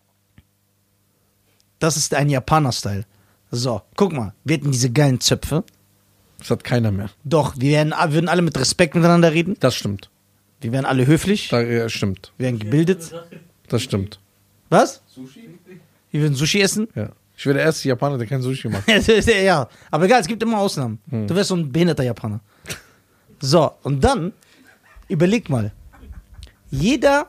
Das ist ein Japaner-Style. So, guck mal, wir hätten diese geilen Zöpfe.
Das hat keiner mehr.
Doch, wir wären, würden alle mit Respekt miteinander reden.
Das stimmt.
Wir wären alle höflich.
Da, ja, stimmt.
Wir wären gebildet.
Das stimmt.
Was?
Sushi?
Wir würden Sushi essen? (laughs)
Ja. Ich wäre der erste Japaner, der kein Sushi macht.
ja, aber egal, es gibt immer Ausnahmen. Du wärst so ein behinderter Japaner. So, und dann überleg mal. Jeder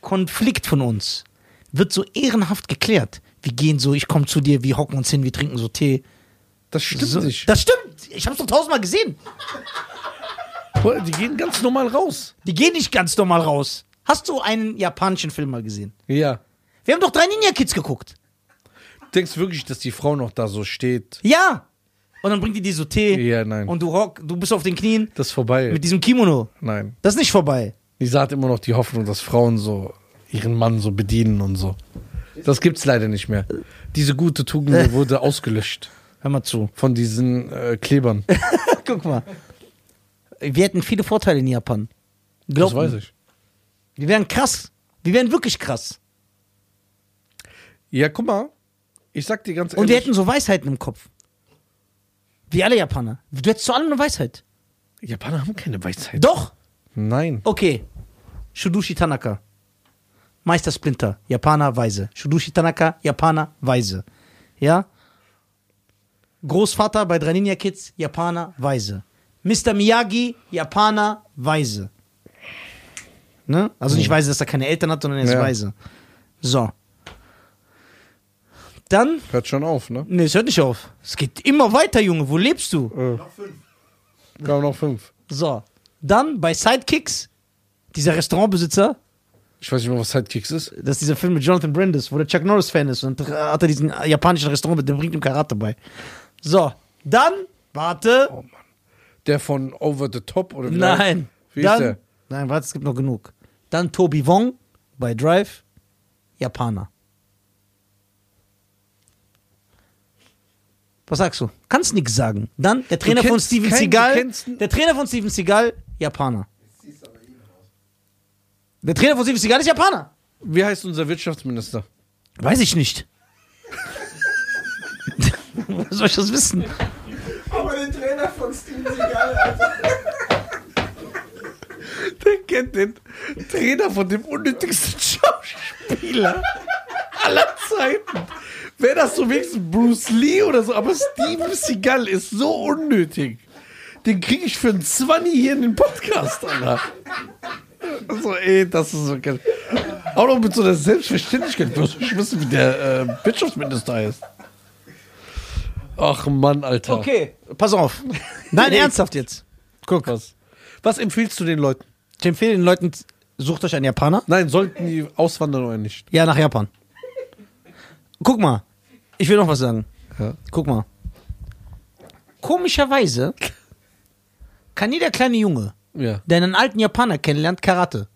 Konflikt von uns wird so ehrenhaft geklärt. Wir gehen so, ich komme zu dir, wir hocken uns hin, wir trinken so Tee.
Das stimmt
So,
nicht.
das stimmt. Ich habe es doch tausendmal gesehen.
Boah, Die gehen ganz normal raus.
Die gehen nicht ganz normal raus. Hast du einen japanischen Film mal gesehen?
Ja.
Wir haben doch drei Ninja Kids geguckt.
Denkst du wirklich, dass die Frau noch da so steht?
Ja. Und dann bringt die dir so Tee.
Ja, nein.
Und du hock, du bist auf den Knien
Das ist vorbei.
mit diesem Kimono.
Nein.
Das ist nicht vorbei.
Lisa hat immer noch die Hoffnung, dass Frauen so ihren Mann so bedienen und so. Das gibt's leider nicht mehr. Diese gute (laughs) Tugend wurde ausgelöscht
Hör mal
(laughs)
zu.
von diesen äh, Klebern.
Guck mal. Wir hätten viele Vorteile in Japan. Glaub
Das
mir.
weiß ich.
Wir wären krass. Wir wären wirklich krass.
Ja, guck mal. Ich sag dir ganz ehrlich.
Und wir hätten so Weisheiten im Kopf. Wie alle Japaner. Du hättest zu allem eine Weisheit.
Japaner haben keine Weisheit.
Doch.
Nein.
Okay. Shudushi Tanaka. Meister Splinter. Japaner weise. Shudushi Tanaka. Japaner weise. Ja? Großvater bei drei Ninja Kids. Japaner weise. Mr. Miyagi. Japaner weise. Ne? Also nicht weise, dass er keine Eltern hat, sondern er ist
Ja.
weise. So. Dann.
Hört schon auf, ne?
Ne, es hört nicht auf. Es geht immer weiter, Junge. Wo lebst du?
Noch fünf.
Kaum noch fünf.
So. Dann bei Sidekicks. Dieser Restaurantbesitzer.
Ich weiß nicht mehr, was Sidekicks ist.
Das ist dieser Film mit Jonathan Brandis, wo der Chuck Norris Fan ist und dann hat er diesen japanischen Restaurant mit, der bringt ihm Karate bei. So, dann, warte,
Oh, Der von Over the Top oder wie der
nein,
heißt? Wie
dann,
ist der?
nein, warte, es gibt noch genug. Dann Toby Wong bei Drive, Japaner. Was sagst du? Kannst nix sagen. Dann der Trainer von
kennst
Steven
keinen- du
Seagal,
kennst-
der Trainer von Steven Seagal, Japaner.
Jetzt ziehst du aber ihn raus.
Der Trainer von Steven Seagal ist Japaner.
Wie heißt unser Wirtschaftsminister?
Weiß ich nicht. (laughs) Was soll ich das wissen?
Aber den Trainer von Steven Seagal, Alter.
Der kennt den Trainer von dem unnötigsten (laughs) Schauspieler aller Zeiten. Wäre das so wenigstens Bruce Lee oder so, aber Steven Seagal ist so unnötig. Den kriege ich für einen 20 hier in den Podcast, Alter. Also, ey, das ist so geil. Auch noch mit so einer Selbstverständlichkeit. Du musst nicht wissen, wie der äh, Wirtschaftsminister heißt. Ach Mann, Alter.
Okay, pass auf. Nein, ernsthaft jetzt.
guck was. Was empfiehlst du den Leuten?
Ich empfehle den Leuten, sucht euch einen Japaner.
Nein, sollten die auswandern oder nicht?
Ja, nach Japan. Guck mal. Ich will noch was sagen.
Ja.
Guck mal. Komischerweise kann jeder kleine Junge,
Ja.
der einen alten Japaner kennenlernt, Karate.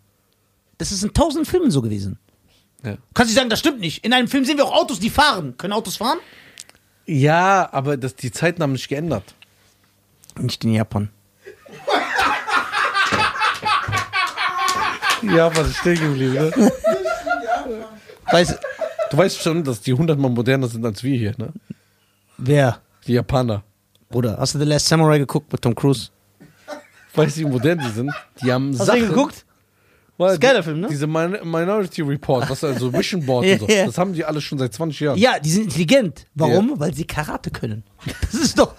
Das ist in tausend Filmen so gewesen.
Ja.
Kannst du sagen, das stimmt nicht. In einem Film sehen wir auch Autos, die fahren. Können Autos fahren?
Ja, aber das, die Zeiten haben sich geändert.
Nicht in Japan.
Ja, aber ist stehen geblieben, ne?
Weiß
Du weißt schon, dass die hundertmal moderner sind als wir hier, ne?
wer?
Die Japaner.
Bruder, hast du The Last Samurai geguckt mit Tom Cruise?
Weißt du, wie modern die sind? Die haben
Hast
Sachen.
du den geguckt?
Weil
Ist geiler Film, ne?
Diese Min Minority Report, was also Vision Board und so.
Ja, ja.
Das haben die alle schon seit 20 Jahren.
Ja, die sind intelligent. Warum? Weil sie Karate können. (laughs) Das ist doch.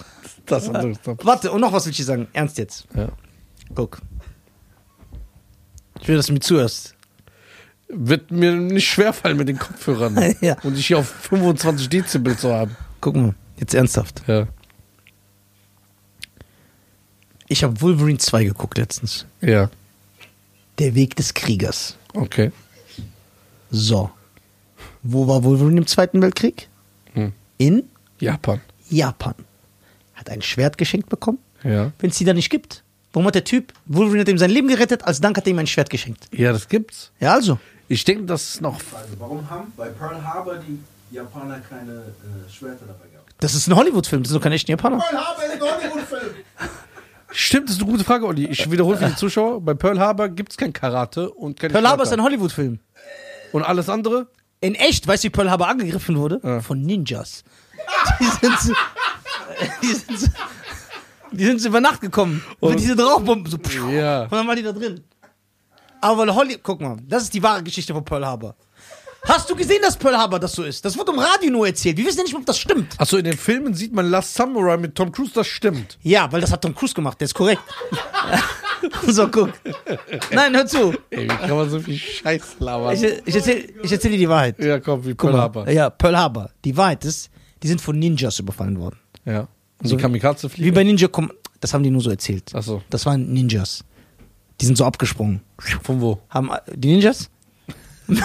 Das andere ist doch-
Warte, und noch was will ich dir sagen. Ernst jetzt.
ja.
Guck. Ich will, dass du mir zuhörst.
Wird mir nicht schwerfallen mit den Kopfhörern. ne?
(laughs) Ja.
Und dich hier auf 25 Dezibel zu haben.
Guck mal, jetzt ernsthaft.
Ja.
Ich habe Wolverine 2 geguckt letztens.
Ja.
Der Weg des Kriegers.
Okay.
So. Wo war Wolverine im Zweiten Weltkrieg?
Hm.
In
Japan.
Japan. Hat ein Schwert geschenkt bekommen,
Ja.
wenn es die da nicht gibt. Warum hat der Typ, Wolverine hat ihm sein Leben gerettet, als Dank hat er ihm ein Schwert geschenkt.
Ja, das gibt's.
Ja, also.
Ich denke, das ist noch.
Also warum haben bei Pearl Harbor die Japaner keine äh, Schwerter dabei gehabt?
Das ist ein Hollywood-Film, das sind doch keine echten Japaner.
Pearl Harbor ist ein Hollywood-Film.
Stimmt, das ist eine gute Frage, Olli. Ich wiederhole für die Zuschauer: Bei Pearl Harbor gibt es kein Karate und kein
Pearl Harbor ist ein Hollywood-Film.
Und alles andere?
In echt, weißt du, wie Pearl Harbor angegriffen wurde? Von Ninjas. Die sind, so, die, sind so, die sind so über Nacht gekommen. Und mit diesen Rauchbomben. So, pschuh,
Ja.
Und dann waren die da drin. Aber weil Holly, guck mal, das ist die wahre Geschichte von Pearl Harbor. Hast du gesehen, dass Pearl Harbor das so ist? Das wird im Radio nur erzählt. Wir wissen ja nicht, mal, ob das stimmt.
Achso, in den Filmen sieht man Last Samurai mit Tom Cruise, das stimmt.
Ja, weil das hat Tom Cruise gemacht, der ist korrekt. (laughs) so, guck. Nein, hör zu.
Ey, wie kann man so viel Scheiß labern?
Ich, ich erzähle ich erzähl dir die Wahrheit.
ja, komm, wie
Guck
Pearl
mal.
Harbor.
Ja, Pearl Harbor. Die Wahrheit ist, die sind von Ninjas überfallen worden.
Ja. Und die Kamikaze
Wie
fliegen.
bei Ninja Com Das haben die nur so erzählt.
Achso,
Das waren Ninjas. Die sind so abgesprungen.
von wo?
Haben äh, die Ninjas? (laughs)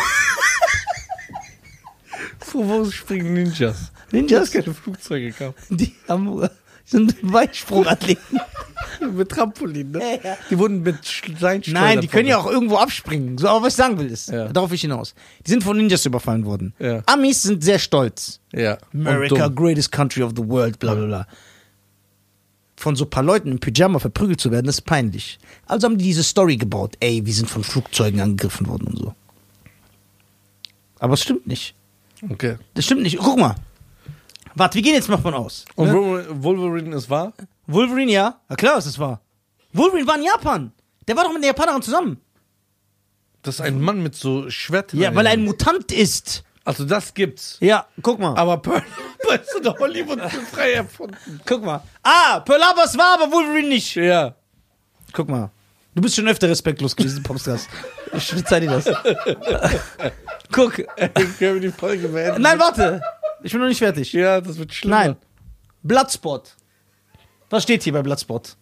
Von wo springen Ninjas?
Ninjas?
keine Flugzeuge gehabt.
Die haben äh, sind
(laughs)
Weitsprungathleten.
Mit Trampolin, ne?
Ja, ja.
Die wurden mit Steinstreuern.
Nein, die können ja auch irgendwo abspringen. So, aber was ich sagen will ist,
Ja.
darauf will ich hinaus. Die sind von Ninjas überfallen worden.
Ja.
Amis sind sehr stolz.
Ja. und
America,
dumm.
greatest country of the world, bla bla bla. Von so ein paar Leuten im Pyjama verprügelt zu werden, das ist peinlich. Also haben die diese Story gebaut. Ey, wir sind von Flugzeugen angegriffen worden und so. Aber es stimmt nicht.
Okay.
Das stimmt nicht. Guck mal. Warte, wir gehen jetzt mal von aus.
Und
Ne?
Wolverine- Wolverine ist wahr?
Wolverine, ja. Na klar, dass es war. Wolverine war in Japan. Der war doch mit einer Japanerin zusammen.
Das ist ein Mann mit so Schwert. in
Ja,
der
weil er ein
Hand.
Mutant ist.
Also, das gibt's.
Ja, guck mal.
Aber Pearl (laughs) Harbor ist in Hollywood frei erfunden.
guck mal. Ah, Pearl Harbor es war, aber Wolverine nicht.
Ja.
Guck mal. Du bist schon öfter respektlos gewesen, Popstars. Ich verzeih dir das. guck.
Können wir die Folge beenden?
Nein, warte. Ich bin noch nicht fertig.
Ja, das wird schlimmer.
Nein. Bloodspot. Was steht hier bei Bloodspot?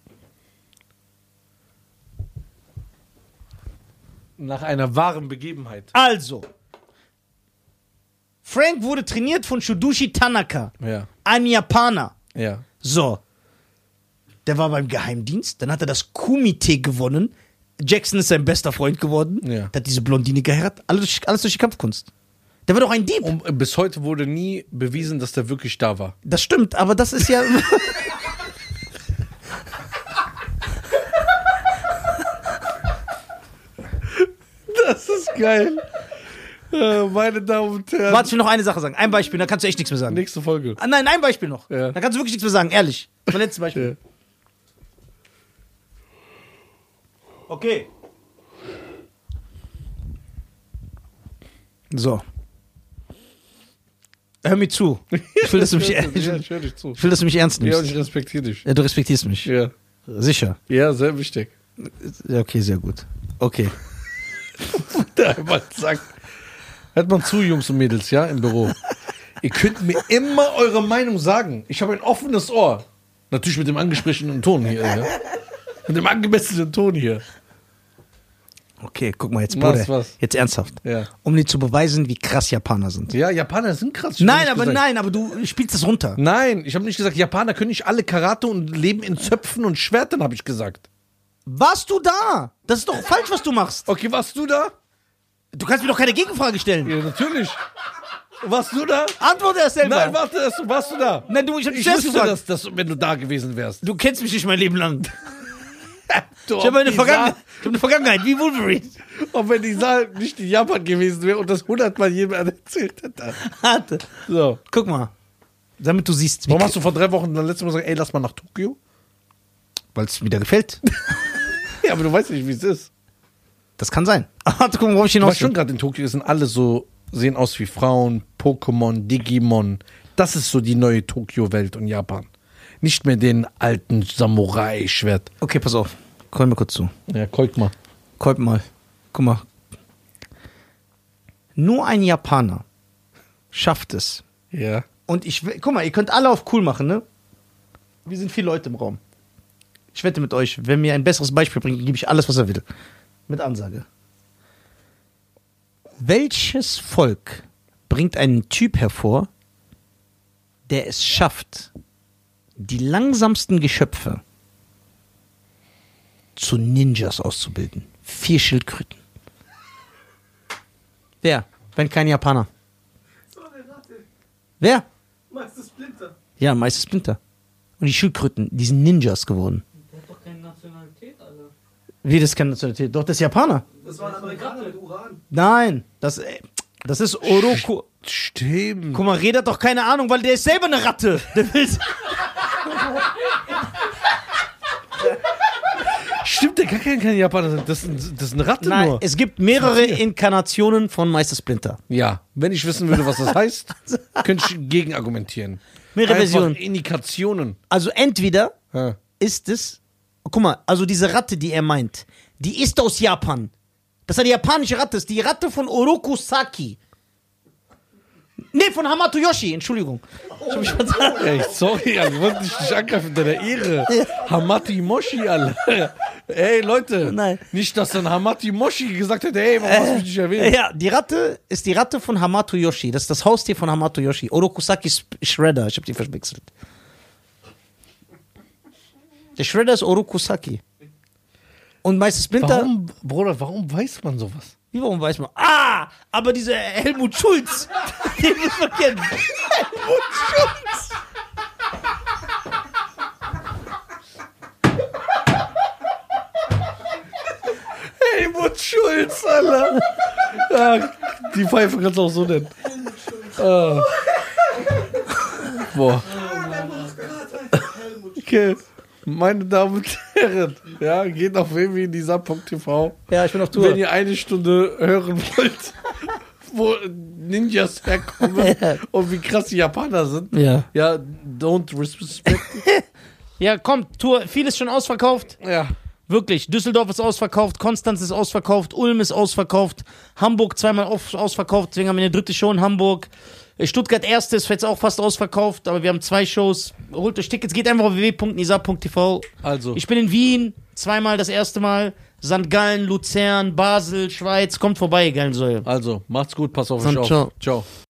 Nach einer wahren Begebenheit.
Also. Frank wurde trainiert von Shudushi Tanaka,
Ja.
einem Japaner.
Ja.
So. Der war beim Geheimdienst, dann hat er das Kumite gewonnen. Jackson ist sein bester Freund geworden.
Ja.
Der hat diese Blondine geheiratet. Alles, durch- alles durch die Kampfkunst. Der war doch ein Dieb.
Und bis heute wurde nie bewiesen, dass der wirklich da war.
Das stimmt, aber das
(laughs)
ist ja.
Das ist geil. Äh, Meine Damen und Herren.
Warte, ich will noch eine Sache sagen. Ein Beispiel, dann kannst du echt nichts mehr sagen.
Nächste Folge.
Ah, nein, ein Beispiel noch.
Ja.
Dann kannst du wirklich nichts mehr sagen, ehrlich. Das war letztes Beispiel. Okay. So. Hör mir zu. Ich will, dass du
(laughs)
mich,
Ja,
(laughs) ich will,
ich höre dich zu.
ich will, dass du mich ernst
Ja, und
nimmst.
ich respektiere dich.
Ja, du respektierst mich.
Ja.
Sicher.
Ja, sehr wichtig.
Ja, okay, sehr gut. Okay.
Der einmal sagt. Hört man zu, Jungs und Mädels, ja, im Büro. Ihr könnt mir immer eure Meinung sagen. Ich habe ein offenes Ohr. Natürlich mit dem angesprochenen Ton hier. Ja? Mit dem angemessenen Ton hier.
Okay, guck mal, jetzt,
Was,
Bruder.
was?
Jetzt ernsthaft.
Ja.
Um dir zu beweisen, wie krass Japaner sind.
Ja, Japaner sind krass. ich hab
Nein,
nicht
aber
gesagt.
nein, aber du spielst das runter.
Nein, ich habe nicht gesagt, Japaner können nicht alle Karate und leben in Zöpfen und Schwertern, habe ich gesagt.
Warst du da? Das ist doch falsch, was du machst.
Okay, warst du da?
Du kannst mir doch keine Gegenfrage stellen.
Ja, natürlich. Warst du da?
Antworte erst selber.
Nein, warte, erst, warst du da?
Nein, du, ich hab dich
ich
zuerst
wüsste,
gefragt.
dass, dass, wenn du da gewesen wärst.
Du kennst mich nicht mein Leben lang.
(laughs) Du,
Ich habe eine,
die Saal-
Vergangen ich hab eine Vergangenheit, wie Wolverine.
Auch wenn die Saal nicht in Japan gewesen wäre und das hundertmal jemand erzählt hätte.
Warte.
So.
Guck mal. Damit du siehst,
Warum hast du vor drei Wochen dann letztes Mal gesagt, ey, lass mal nach Tokio?
weil es mir da gefällt.
Ja, aber du weißt nicht, wie es ist.
Das kann sein. (laughs) Warte, guck mal, worauf ich
Du
hinaus
warst schon
will.
gerade in Tokio, es sind alle so, sehen aus wie Frauen, Pokémon, Digimon. Das ist so die neue Tokio-Welt und Japan. Nicht mehr den alten Samurai-Schwert.
Okay, pass auf. Komm mir kurz zu.
Ja, guck mal.
Kolb mal. Guck mal. Nur ein Japaner schafft es.
Ja.
Und ich, we- guck mal, ihr könnt alle auf cool machen, ne? Wir sind viele Leute im Raum. Ich wette mit euch, wenn mir ein besseres Beispiel bringt, gebe ich alles, was er will. Mit Ansage. Welches Volk bringt einen Typ hervor, der es schafft, die langsamsten Geschöpfe zu Ninjas auszubilden? Vier Schildkröten. Wer? Wenn kein Japaner. Wer?
Meister Splinter.
Ja, meistens Splinter. Und die Schildkröten, die sind Ninjas geworden.
Der hat doch keine Nationalität, Alter.
Wie, das kann Nationalität? Doch, das ist Japaner.
Das war ein Amerikaner mit Uran.
Nein, das, äh, das ist Oroko.
Stimmt.
Guck mal, Red hat doch keine Ahnung, weil der ist selber eine Ratte. (laughs) Der will-
Stimmt, der kann kein, kein Japaner sein. Das, sind- das ist eine Ratte
Nein,
nur.
es gibt mehrere Inkarnationen von Meister Splinter.
Ja, wenn ich wissen würde, was das
(laughs)
heißt, könnte ich gegen argumentieren.
Also- Mehrere
Einfach
Versionen.
Indikationen.
Also entweder
Ja.
ist es. Guck mal, also diese Ratte, die er meint, die ist aus Japan. Das ist eine japanische Ratte, das ist die Ratte von Oroko Saki. Nee, von Hamato Yoshi, Entschuldigung. Ich hab mich vertan.
Ey, sorry, Alter, ich wollte dich nicht angreifen, deine Ehre. Hamati Moshi, Alter. Ey, Leute.
Nein. Äh.
Nicht, dass dann Hamati Moshi gesagt hätte, ey, warum hast du mich nicht erwähnt?
Ja, die Ratte ist die Ratte von Hamato Yoshi. Das ist das Haustier von Hamato Yoshi. Oroko Saki ist Shredder, ich hab die verwechselt. Der Shredder ist Oroko Saki. Und Meister Splinter.
Warum, Bruder, warum weiß man sowas?
Wie warum weiß man? Ah, aber dieser Helmut Schulz, (laughs) den muss man kennen. Helmut Schulz.
Helmut Schulz, Alter. Ja, die Pfeife kannst du auch so nennen. Ah. Boah. Okay. Meine Damen und Herren, ja, geht auf www.nisa.tv.
Ja, ich bin auf
Wenn
Tour.
ihr eine Stunde hören wollt, wo Ninjas herkommen und wie krass die Japaner sind,
Ja.
ja, don't disrespect.
Ja, komm, Tour, vieles schon ausverkauft.
Ja.
Wirklich, Düsseldorf ist ausverkauft, Konstanz ist ausverkauft, Ulm ist ausverkauft, Hamburg zweimal auf, ausverkauft, deswegen haben wir eine dritte Show in Hamburg. Äh, Stuttgart erste ist jetzt auch fast ausverkauft, aber wir haben zwei Shows. Holt euch Tickets, geht einfach auf www.nisa.tv.
Also,
Ich bin in Wien, zweimal das erste Mal. St. Gallen, Luzern, Basel, Schweiz. Kommt vorbei, ihr geilen Säue.
also, macht's gut, pass auf
Dann
euch auf.
ciao.
ciao.